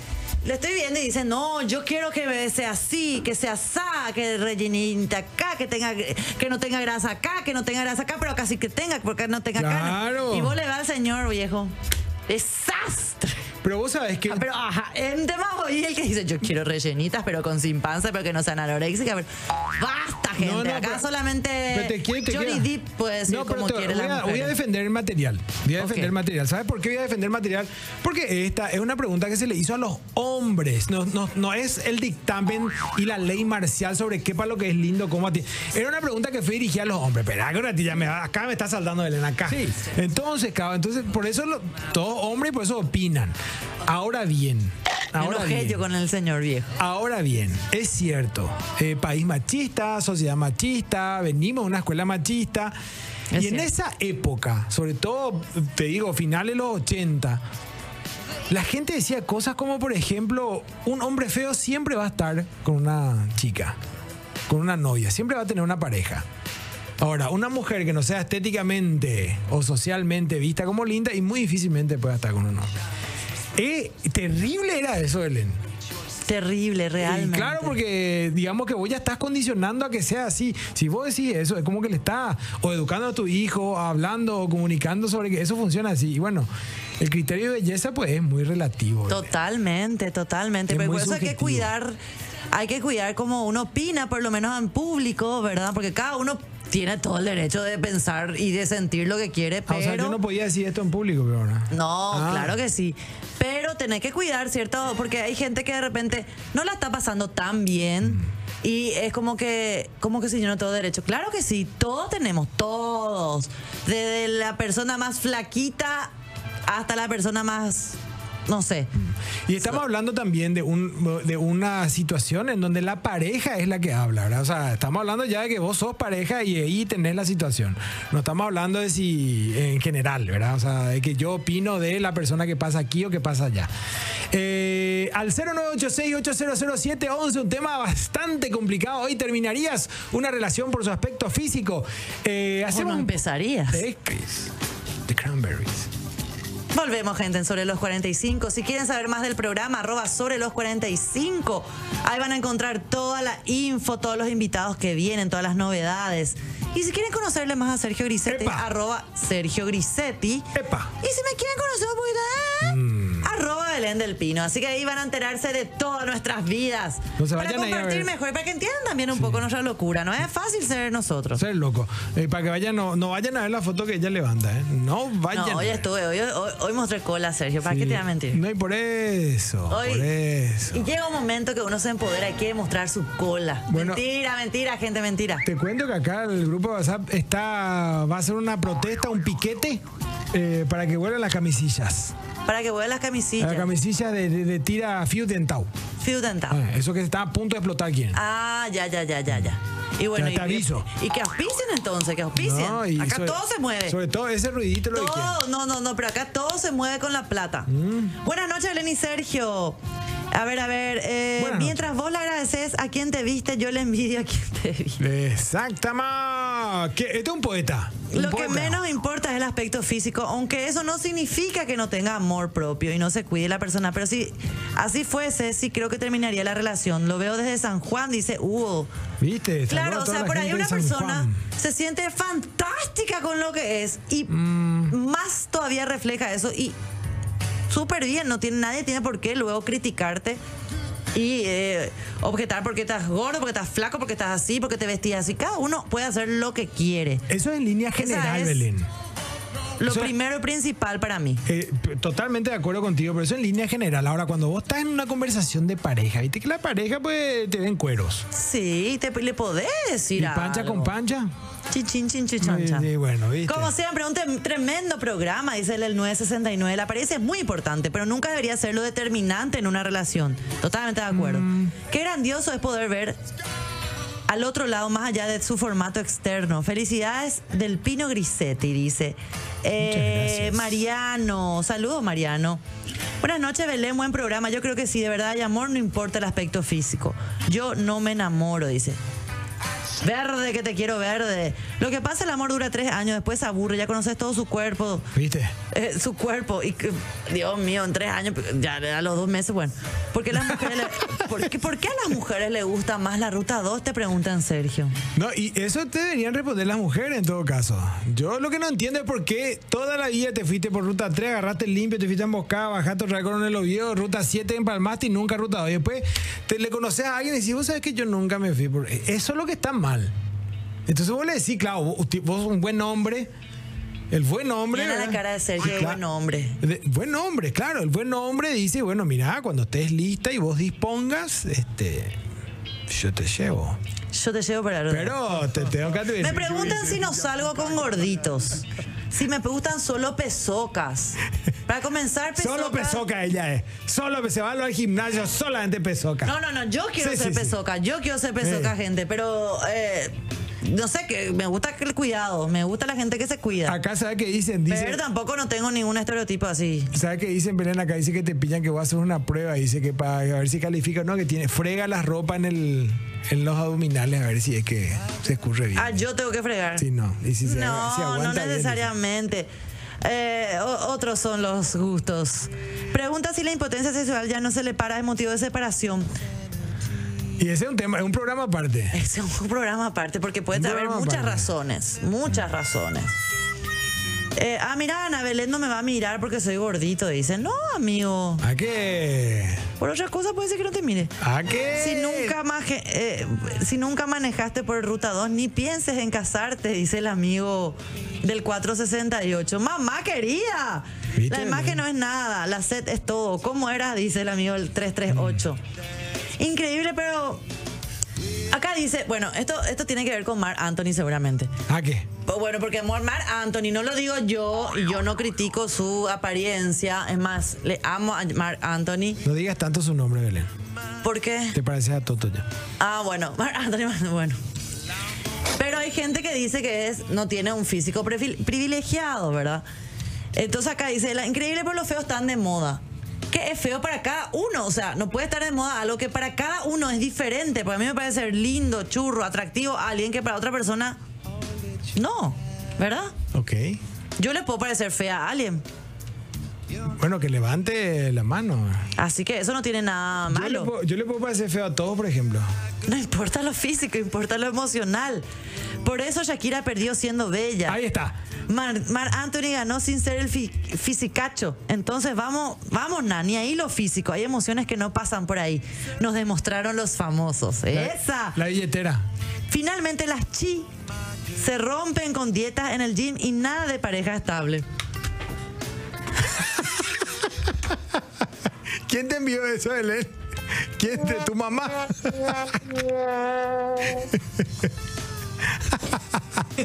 B: Le estoy viendo y dice, no, yo quiero que me sea así, que sea asá, que rellenita acá, que tenga que no tenga grasa acá, que no tenga grasa acá, pero casi que tenga, porque no tenga
A: Claro.
B: carne. Y vos le vas al señor, viejo. ¡Desastre!
A: Pero vos sabés que.
B: Ah, Pero, ajá, en tema oí el que dice, yo quiero rellenitas, pero con sin panza, pero que no sean anoréxicas. pero- Basta, gente.
A: No, no,
B: Acá
A: pero-
B: solamente
A: pero te quiere- te
B: Johnny
A: quiere-
B: Depp puede decir
A: No, pero
B: como
A: te-
B: quiere
A: voy,
B: la
A: a, voy a
B: mujer.
A: defender el material. Voy a
B: Ok.
A: defender el material. ¿Sabes por qué voy a defender material? Porque esta es una pregunta que se le hizo a los hombres. No, no- no es el dictamen y la ley marcial sobre qué para lo que es lindo, cómo a ti. Era una pregunta que fue dirigida a los hombres. Pero ahora ti ya me, va- acá me está saltando Elena, acá. Entonces, cabrón, entonces por eso lo- todos hombres y por eso opinan. Ahora bien.
B: Me
A: Ahora
B: enojé
A: bien.
B: yo con el señor viejo.
A: Ahora bien, es cierto, eh, país machista, sociedad machista, venimos de una escuela machista.
B: Es
A: y en
B: cierto.
A: esa época, sobre todo, te digo, finales de los 80, la gente decía cosas como, por ejemplo, un hombre feo siempre va a estar con una chica, con una novia, siempre va a tener una pareja. Ahora, una mujer que no sea estéticamente o socialmente vista como linda y muy difícilmente pueda estar con un hombre. Eh, terrible era eso, Belén.
B: Terrible, realmente.
A: Y claro, porque digamos que vos ya estás condicionando a que sea así. Si vos decís eso, es como que le estás o educando a tu hijo, hablando o comunicando sobre que eso funciona así. Y bueno, el criterio de belleza pues es muy relativo. ¿verdad?
B: Totalmente, totalmente.
A: Es
B: Pero
A: muy
B: por eso hay que
A: subjetivo.
B: cuidar, hay que cuidar como uno opina, por lo menos en público, ¿verdad? Porque cada uno tiene todo el derecho de pensar y de sentir lo que quiere,
A: Ah,
B: pero...
A: o sea, yo no podía decir esto en público, pero ahora.
B: No,
A: Ah.
B: claro que sí. Pero tenés que cuidar, ¿cierto? Porque hay gente que de repente no la está pasando tan bien.
A: Mm.
B: Y es como que, como que si yo no tengo derecho. Claro que sí, todos tenemos, todos. Desde la persona más flaquita hasta la persona más, no sé.
A: Y estamos hablando también de, un, de una situación en donde la pareja es la que habla, ¿verdad? O sea, estamos hablando ya de que vos sos pareja y ahí tenés la situación. No estamos hablando de si en general, ¿verdad? O sea, de que yo opino de la persona que pasa aquí o que pasa allá. Eh, al 0986-800711, un tema bastante complicado. Hoy terminarías una relación por su aspecto físico. Eh,
B: ¿Cómo
A: hacemos un
B: empezarías?
A: de Chris, de Cranberries.
B: Volvemos, gente, en Sobre los 45. Si quieren saber más del programa, arroba Sobre los 45. Ahí van a encontrar toda la info, todos los invitados que vienen, todas las novedades. Y si quieren conocerle más a Sergio Grisetti,
A: Epa.
B: arroba Sergio Grisetti.
A: Epa. Mm.
B: Y si me quieren conocer un poquito, ¿eh? arroba Belén del Pino. Así que ahí van a enterarse de todas nuestras vidas.
A: No se
B: para
A: vayan ahí a
B: compartir
A: ver.
B: mejor, para que entiendan también un poco nuestra locura. No es fácil ser nosotros.
A: Ser loco. Eh, para que vayan, no, no vayan a ver la foto que ella levanta, ¿eh? No vayan.
B: No,
A: a
B: hoy
A: ver.
B: estuve, hoy, hoy, hoy mostré cola, Sergio. ¿Para qué te voy a mentir?
A: No, y por eso.
B: Hoy-
A: Por eso.
B: Y llega un momento que uno se empodera y quiere mostrar su cola.
A: Bueno.
B: mentira, mentira, gente, mentira.
A: Te cuento que acá el grupo de WhatsApp está, va a hacer una protesta, un piquete, eh, para que vuelvan las camisillas.
B: Para que vuelva las
A: Las
B: camisillas.
A: camisillas de, de- de tira Eh, Fiu Dentau.
B: Fiu Dental.
A: Ah, Eso que está a punto de explotar quién.
B: Ah, ya, ya, ya, ya, ya. Y bueno,
A: Ya te
B: y-
A: aviso.
B: Y, que auspicien entonces, que auspicien.
A: No, y
B: Acá
A: sobre-
B: todo se mueve.
A: Sobre todo ese ruidito lo de quién.
B: Todo, no, no, no, pero acá todo se mueve con la plata.
A: Mm.
B: Buenas noches, Eleni y Sergio. A ver, a ver, eh,
A: Buenas
B: mientras vos le agradeces a quien te viste, yo le envidio a quien te vi.
A: Exactamente. Que- Este es un poeta. un
B: Lo que
A: poeta.
B: menos importa es el aspecto físico, aunque eso no significa que no tenga amor propio y no se cuide la persona. Pero si así fuese, sí creo que terminaría la relación. Lo veo desde San Juan, dice Hugo.
A: ¿Viste? Saludos
B: Claro,
A: a
B: o
A: toda
B: sea,
A: la
B: por ahí
A: gente de
B: una
A: San
B: persona
A: Juan.
B: se siente fantástica con lo que es y
A: Mm.
B: más todavía refleja eso y súper bien, no tiene nadie tiene por qué luego criticarte y eh, objetar porque estás gordo, porque estás flaco, porque estás así, porque te vestías así. Cada uno puede hacer lo que quiere.
A: Eso es en línea
B: Esa
A: general,
B: es-
A: Belén.
B: Lo
A: O sea-
B: primero y principal para mí.
A: Eh, p- totalmente de acuerdo contigo, pero eso en línea general. Ahora, cuando vos estás en una conversación de pareja, viste que la pareja pues te ven cueros.
B: Sí, te, le podés decir
A: Y pancha
B: algo.
A: con pancha.
B: Chin, chin, chin, chin, chan,
A: Y-
B: chan.
A: y bueno, viste.
B: Como siempre, un tem- tremendo programa, dice el, el 969. La apariencia es muy importante, pero nunca debería ser lo determinante en una relación. Totalmente de acuerdo.
A: Mm.
B: Qué grandioso es poder ver al otro lado, más allá de su formato externo. Felicidades del Pino Grisetti, dice. Eh,
A: gracias.
B: Mariano, saludos Mariano. Buenas noches, Belén, buen programa. Yo creo que sí, de verdad, hay amor, no importa el aspecto físico. Yo no me enamoro, dice. Verde, que te quiero verde. Lo que pasa, el amor dura tres años, después se aburre, ya conoces todo su cuerpo.
A: ¿Viste?
B: eh, su cuerpo, y que- Dios mío, en tres años, ya a los dos meses, bueno. ¿Por qué, las mujeres le- por qué- por qué a las mujeres les gusta más la ruta 2? Te preguntan, Sergio.
A: No, y eso te deberían responder las mujeres en todo caso. Yo lo que no entiendo es por qué toda la vida te fuiste por ruta 3, agarraste el limpio, te fuiste a emboscada, bajaste otra vez con el Oviedo, ruta 7 empalmaste y nunca ruta 2. Y después te le conoces a alguien y decís, vos sabés que yo nunca me fui por. E-, Eso es lo que está mal. Entonces vos le decís, claro, vos, usted- vos sos un buen hombre. El buen hombre.
B: Mira la
A: ¿verdad?
B: cara de Sergio,
A: Cla-
B: buen hombre.
A: de- buen hombre, claro. El buen hombre dice, bueno, mira, cuando estés lista y vos dispongas, este, yo te llevo.
B: Yo te llevo para la ruta
A: Pero te tengo que advertir.
B: Me preguntan si no salgo con gorditos. Si me gustan solo pesocas. Para comenzar, pesocas.
A: Solo pesoca ella es. Solo se va al gimnasio, solamente pesoca.
B: No, no, no. Yo quiero
A: Sí,
B: ser
A: sí, sí.
B: pesoca. Yo quiero ser pesoca,
A: Eh.
B: gente. Pero eh, no sé, que me gusta el cuidado. Me gusta la gente que se cuida.
A: Acá sabe que dicen, dice,
B: pero tampoco no tengo ningún estereotipo así.
A: sabe que dicen Belén acá dice que te pillan que vas a hacer una prueba, dice que para a ver si califica o no, que tiene frega la ropa en el en los abdominales a ver si es que se escurre bien.
B: Ah, yo tengo que fregar.
A: Si no, y si se-
B: no,
A: si aguanta
B: no
A: bien,
B: necesariamente. Eh, o- otros son los gustos. Pregunta si la impotencia sexual ya no se le para de motivo de separación.
A: Y ese es un tema, es un programa aparte.
B: Es un programa aparte porque puede
A: Un
B: haber
A: programa
B: muchas
A: aparte. Mm.
B: razones, muchas razones. Eh, ah, mira, Ana Belén no me va a mirar porque soy gordito, dice. No, amigo.
A: ¿A qué?
B: Por otra cosa puede ser que no te mire.
A: ¿A qué?
B: Si nunca, maje- eh, si nunca manejaste por Ruta 2, ni pienses en casarte, dice el amigo del 468. Mamá querida,
A: ¿Viste?
B: la imagen no es nada, la sed es todo. ¿Cómo era? Dice el amigo del 338. Increíble, pero acá dice, bueno, esto, esto tiene que ver con Mar Anthony seguramente.
A: ¿A qué?
B: Pues Bueno, porque Mar Mar Anthony, no lo digo yo, y yo no critico su apariencia, es más, le amo a Mar Anthony,
A: No digas tanto su nombre, Belén.
B: porque...
A: Te pareces a Toto ya.
B: Ah, bueno, Mar- Anthony Mar- bueno. Pero hay gente que dice que es, no tiene un físico prefil- privilegiado, ¿verdad? Entonces acá dice, la increíble por los feos están de moda. Que es feo para cada uno, o sea, no puede estar de moda algo que para cada uno es diferente. Para mí me parece ser lindo, churro, atractivo a alguien que para otra persona no, ¿verdad?
A: Ok.
B: Yo le puedo parecer fea a alguien.
A: Bueno, que levante la mano.
B: Así que eso no tiene nada
A: Yo le,
B: malo.
A: puedo, yo le puedo parecer feo a todos, por ejemplo.
B: No importa lo físico, importa lo emocional. Por eso Shakira perdió siendo bella.
A: Ahí está.
B: Mar, Mar Anthony ganó sin ser el fi- fisicacho. Entonces vamos, vamos, Nani, ahí lo físico. Hay emociones que no pasan por ahí. Nos demostraron los famosos. ¡Esa!
A: La billetera.
B: Finalmente las chi se rompen con dietas en el gym y nada de pareja estable.
A: ¿Quién te envió eso, Belén? ¿Quién te, tu mamá?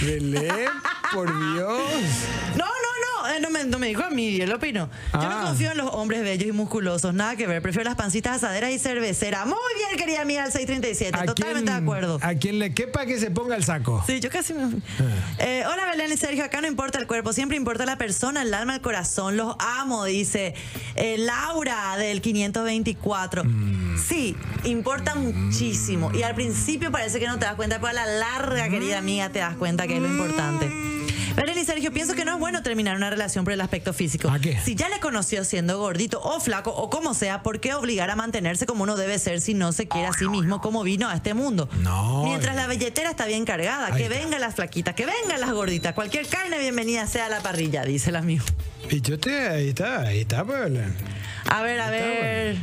A: Belén, por Dios.
B: No, no, No, eh, no, me, no me dijo a mí, él opinó. Yo
A: Ah.
B: no confío en los hombres bellos y musculosos, nada que ver. Prefiero las pancitas asaderas y cerveceras. Muy bien, querida amiga, al 637. Totalmente de acuerdo.
A: A quien le quepa que se ponga el saco.
B: Sí, yo casi me... Eh, hola Belén y Sergio, acá no importa el cuerpo, siempre importa la persona, el alma, el corazón, los amo, dice eh, Laura del 524.
A: Mm.
B: Sí, importa muchísimo y al principio parece que no te das cuenta, pero a la larga, querida
A: Mm.
B: amiga, te das cuenta que es lo importante. Belén y Sergio, pienso que no es bueno terminar una relación por el aspecto físico.
A: ¿A qué?
B: Si ya le conoció siendo gordito o flaco o como sea, ¿por qué obligar a mantenerse como uno debe ser si no se quiere a sí mismo como vino a este mundo?
A: No. eh.
B: Mientras la billetera está bien cargada,
A: Ahí
B: que
A: está.
B: vengan las flaquitas, que vengan las gorditas, cualquier carne bienvenida sea a la parrilla, dice el amigo.
A: Y yo te, ahí está, ahí está, pues, Belén.
B: A ver, a
A: Está
B: ver.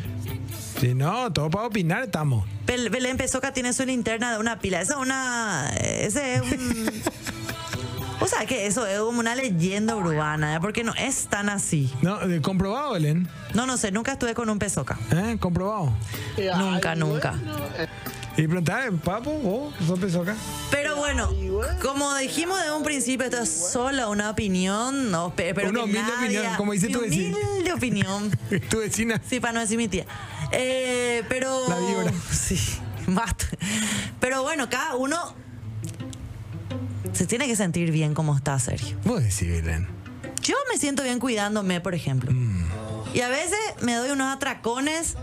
A: Si no, todo para opinar estamos.
B: Bel- Belén Pesoca tiene su linterna de una pila. Esa es una. Ese es un. O sea que eso es como una leyenda urbana, ¿eh? porque no es tan así.
A: No, de- comprobado, Belén.
B: No, no sé, nunca estuve con un pesoca.
A: ¿Eh? Comprobado.
B: Nunca, nunca.
A: Y preguntar, papo, vos, sos pesoca.
B: Pero bueno, como dijimos de un principio, esto es solo una opinión. No, pe- pero
A: Una
B: que
A: humilde
B: nadie-
A: opinión, como dice
B: mi
A: tu vecina.
B: Humilde opinión.
A: Tu vecina.
B: Sí, para no decir mi tía. Eh, pero.
A: La víbora.
B: Sí, más. Pero bueno, cada uno se tiene que sentir bien como está, Sergio.
A: Vos decís, Belén.
B: Yo me siento bien cuidándome, por ejemplo.
A: Mm.
B: Y a veces me doy unos atracones.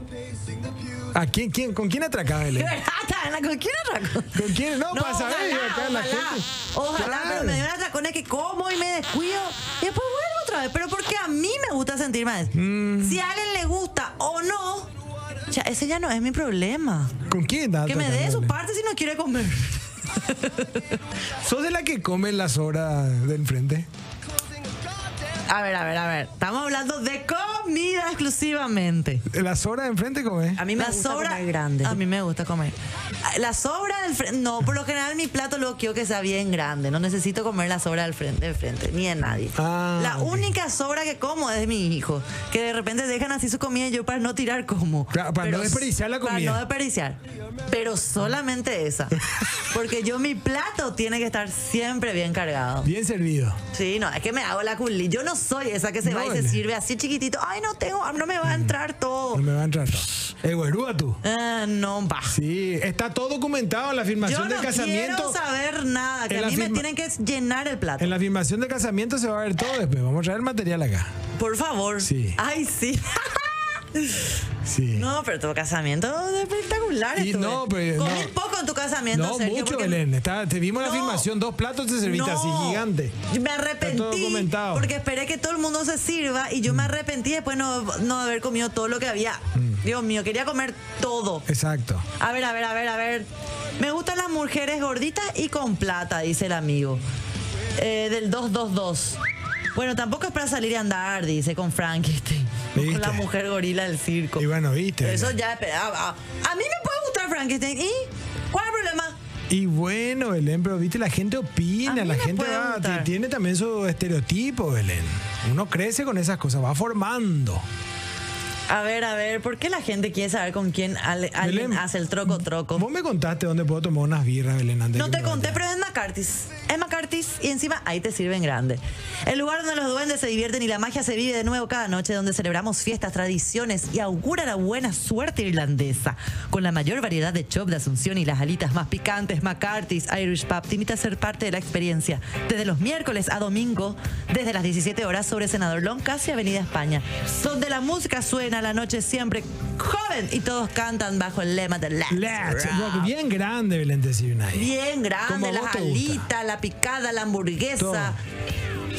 A: ¿A Ah, quién, quién, ¿Con quién atracás, Belén?
B: ¿Con quién atracón?
A: ¿Con quién? No, para saber, acá la
B: ojalá.
A: gente.
B: Ojalá, pero
A: Claro.
B: me dio unos atracones que como y me descuido. Y después vuelvo otra vez. Pero porque a mí me gusta sentir mal.
A: Mm.
B: Si a alguien le gusta o no, ya, ese ya no es mi problema.
A: ¿Con quién estás
B: Que me dé
A: atracando,
B: su
A: Belén?
B: parte si no quiere comer.
A: ¿Sos de la que come las horas del frente?
B: A ver, a ver, a ver. Estamos hablando de comida exclusivamente.
A: ¿Las horas de enfrente come?
B: A mí me gusta comer grande. A mí me gusta comer. La sobra del frente. No, por lo general mi plato luego quiero que sea bien grande. No necesito comer la sobra del frente, del frente ni de nadie.
A: Ah,
B: la
A: ok.
B: única sobra que como es de mi hijo. Que de repente dejan así su comida y yo para no tirar como.
A: Claro, para no desperdiciar la comida.
B: Para no desperdiciar. Pero solamente esa. Porque yo mi plato tiene que estar siempre bien cargado.
A: Bien servido.
B: Sí, no, es que me hago la culi. Yo no soy esa que se
A: No,
B: va y se
A: Belén.
B: sirve así chiquitito. Ay, no tengo, hambre, no me va a entrar todo.
A: No me va a entrar. El güerúa tú.
B: Ah, no, va.
A: Sí, está todo documentado en la
B: Yo
A: afirmación
B: no
A: del casamiento.
B: quiero saber nada, que
A: En
B: a
A: la
B: mí me
A: firma-
B: tienen que llenar el plato.
A: En la afirmación del casamiento se va a ver todo después. Vamos a traer material acá.
B: Por favor.
A: Sí.
B: Ay, sí.
A: Sí.
B: no, pero tu casamiento es espectacular.
A: Y
B: estuve.
A: no, pero
B: Comí
A: no.
B: poco en tu casamiento,
A: no,
B: Sergio,
A: mucho,
B: porque-
A: Belén. Está- te vimos la
B: No.
A: afirmación. Dos platos te serviste así,
B: No.
A: gigante.
B: Yo Me
A: todo
B: arrepentí
A: documentado.
B: porque esperé que todo el mundo se sirva y yo
A: Mm.
B: me arrepentí después no, no haber comido todo lo que había. Dios mío, quería comer todo.
A: Exacto.
B: A ver, a ver, a ver, a ver. Me gustan las mujeres gorditas y con plata, dice el amigo. Eh, del 222. Bueno, tampoco es para salir a andar, dice con Frankenstein.
A: ¿Viste?
B: Con la mujer gorila del circo.
A: Y bueno, viste.
B: Eso
A: Belén.
B: ya es pe- a, a- a mí me puede gustar Frankenstein. ¿Y cuál es el problema?
A: Y bueno, Belén, pero viste, la gente
B: A
A: opina,
B: mí
A: la
B: me
A: gente
B: puede
A: va-
B: gustar.
A: ti- tiene también su estereotipo, Belén. Uno crece con esas cosas, va formando.
B: A ver, a ver, ¿por qué la gente quiere saber con quién al- alguien
A: Belén,
B: hace el troco troco?
A: Vos me contaste dónde puedo tomar unas birras, Belén, antes
B: No
A: que
B: te
A: me
B: conté,
A: vaya.
B: pero es en McCarthy's. Es McCarthy's y encima ahí te sirven grande. El lugar donde los duendes se divierten y la magia se vive de nuevo cada noche, donde celebramos fiestas, tradiciones y augura la buena suerte irlandesa. Con la mayor variedad de chop de Asunción y las alitas más picantes, McCarthy's Irish Pub te invita a ser parte de la experiencia. Desde los miércoles a domingo, desde las 17 horas sobre Senador Loncas y Avenida España, donde la música suena la noche siempre joven y todos cantan bajo el lema de Let's,
A: Let's
B: Rock.
A: rock. Bien grande, Belén, te sirve una ahí.
B: Bien
A: Como a
B: grande,
A: vos
B: las
A: te gusta.
B: alitas, la picada, la hamburguesa,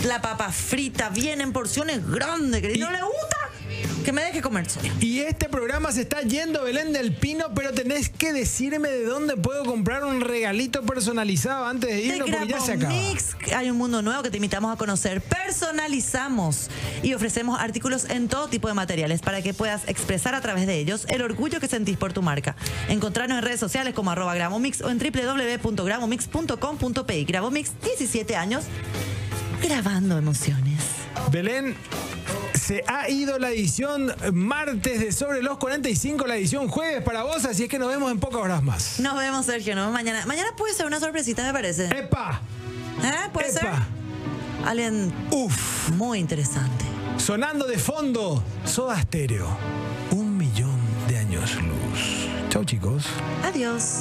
B: la papa frita, vienen en porciones grandes. Que
A: Y-
B: no le gusta que me deje comer sola.
A: Y este programa se está yendo, Belén del Pino, pero tenés que decirme de dónde puedo comprar un regalito personalizado antes de irnos, porque ya se acaba.
B: Mix, hay un mundo nuevo que te invitamos a conocer. Personalizamos y ofrecemos artículos en todo tipo de materiales para que puedas expresar a través de ellos el orgullo que sentís por tu marca. Encontrarnos en redes sociales como arroba gramomix o en www.gramomix.com.pi. Gramomix, 17 años, grabando emociones.
A: Belén, se ha ido la edición martes de Sobre los 45, la edición jueves para vos, así es que nos vemos en pocas horas más.
B: Nos vemos, Sergio. Nos vemos mañana. Mañana puede ser una sorpresita, me parece.
A: ¡Epa!
B: ¿Eh? ¿Puede ser?
A: ¡Epa!
B: Alguien
A: Uf.
B: muy interesante.
A: Sonando de fondo, Soda Stereo. Un millón de años luz. Chau, chicos.
B: Adiós.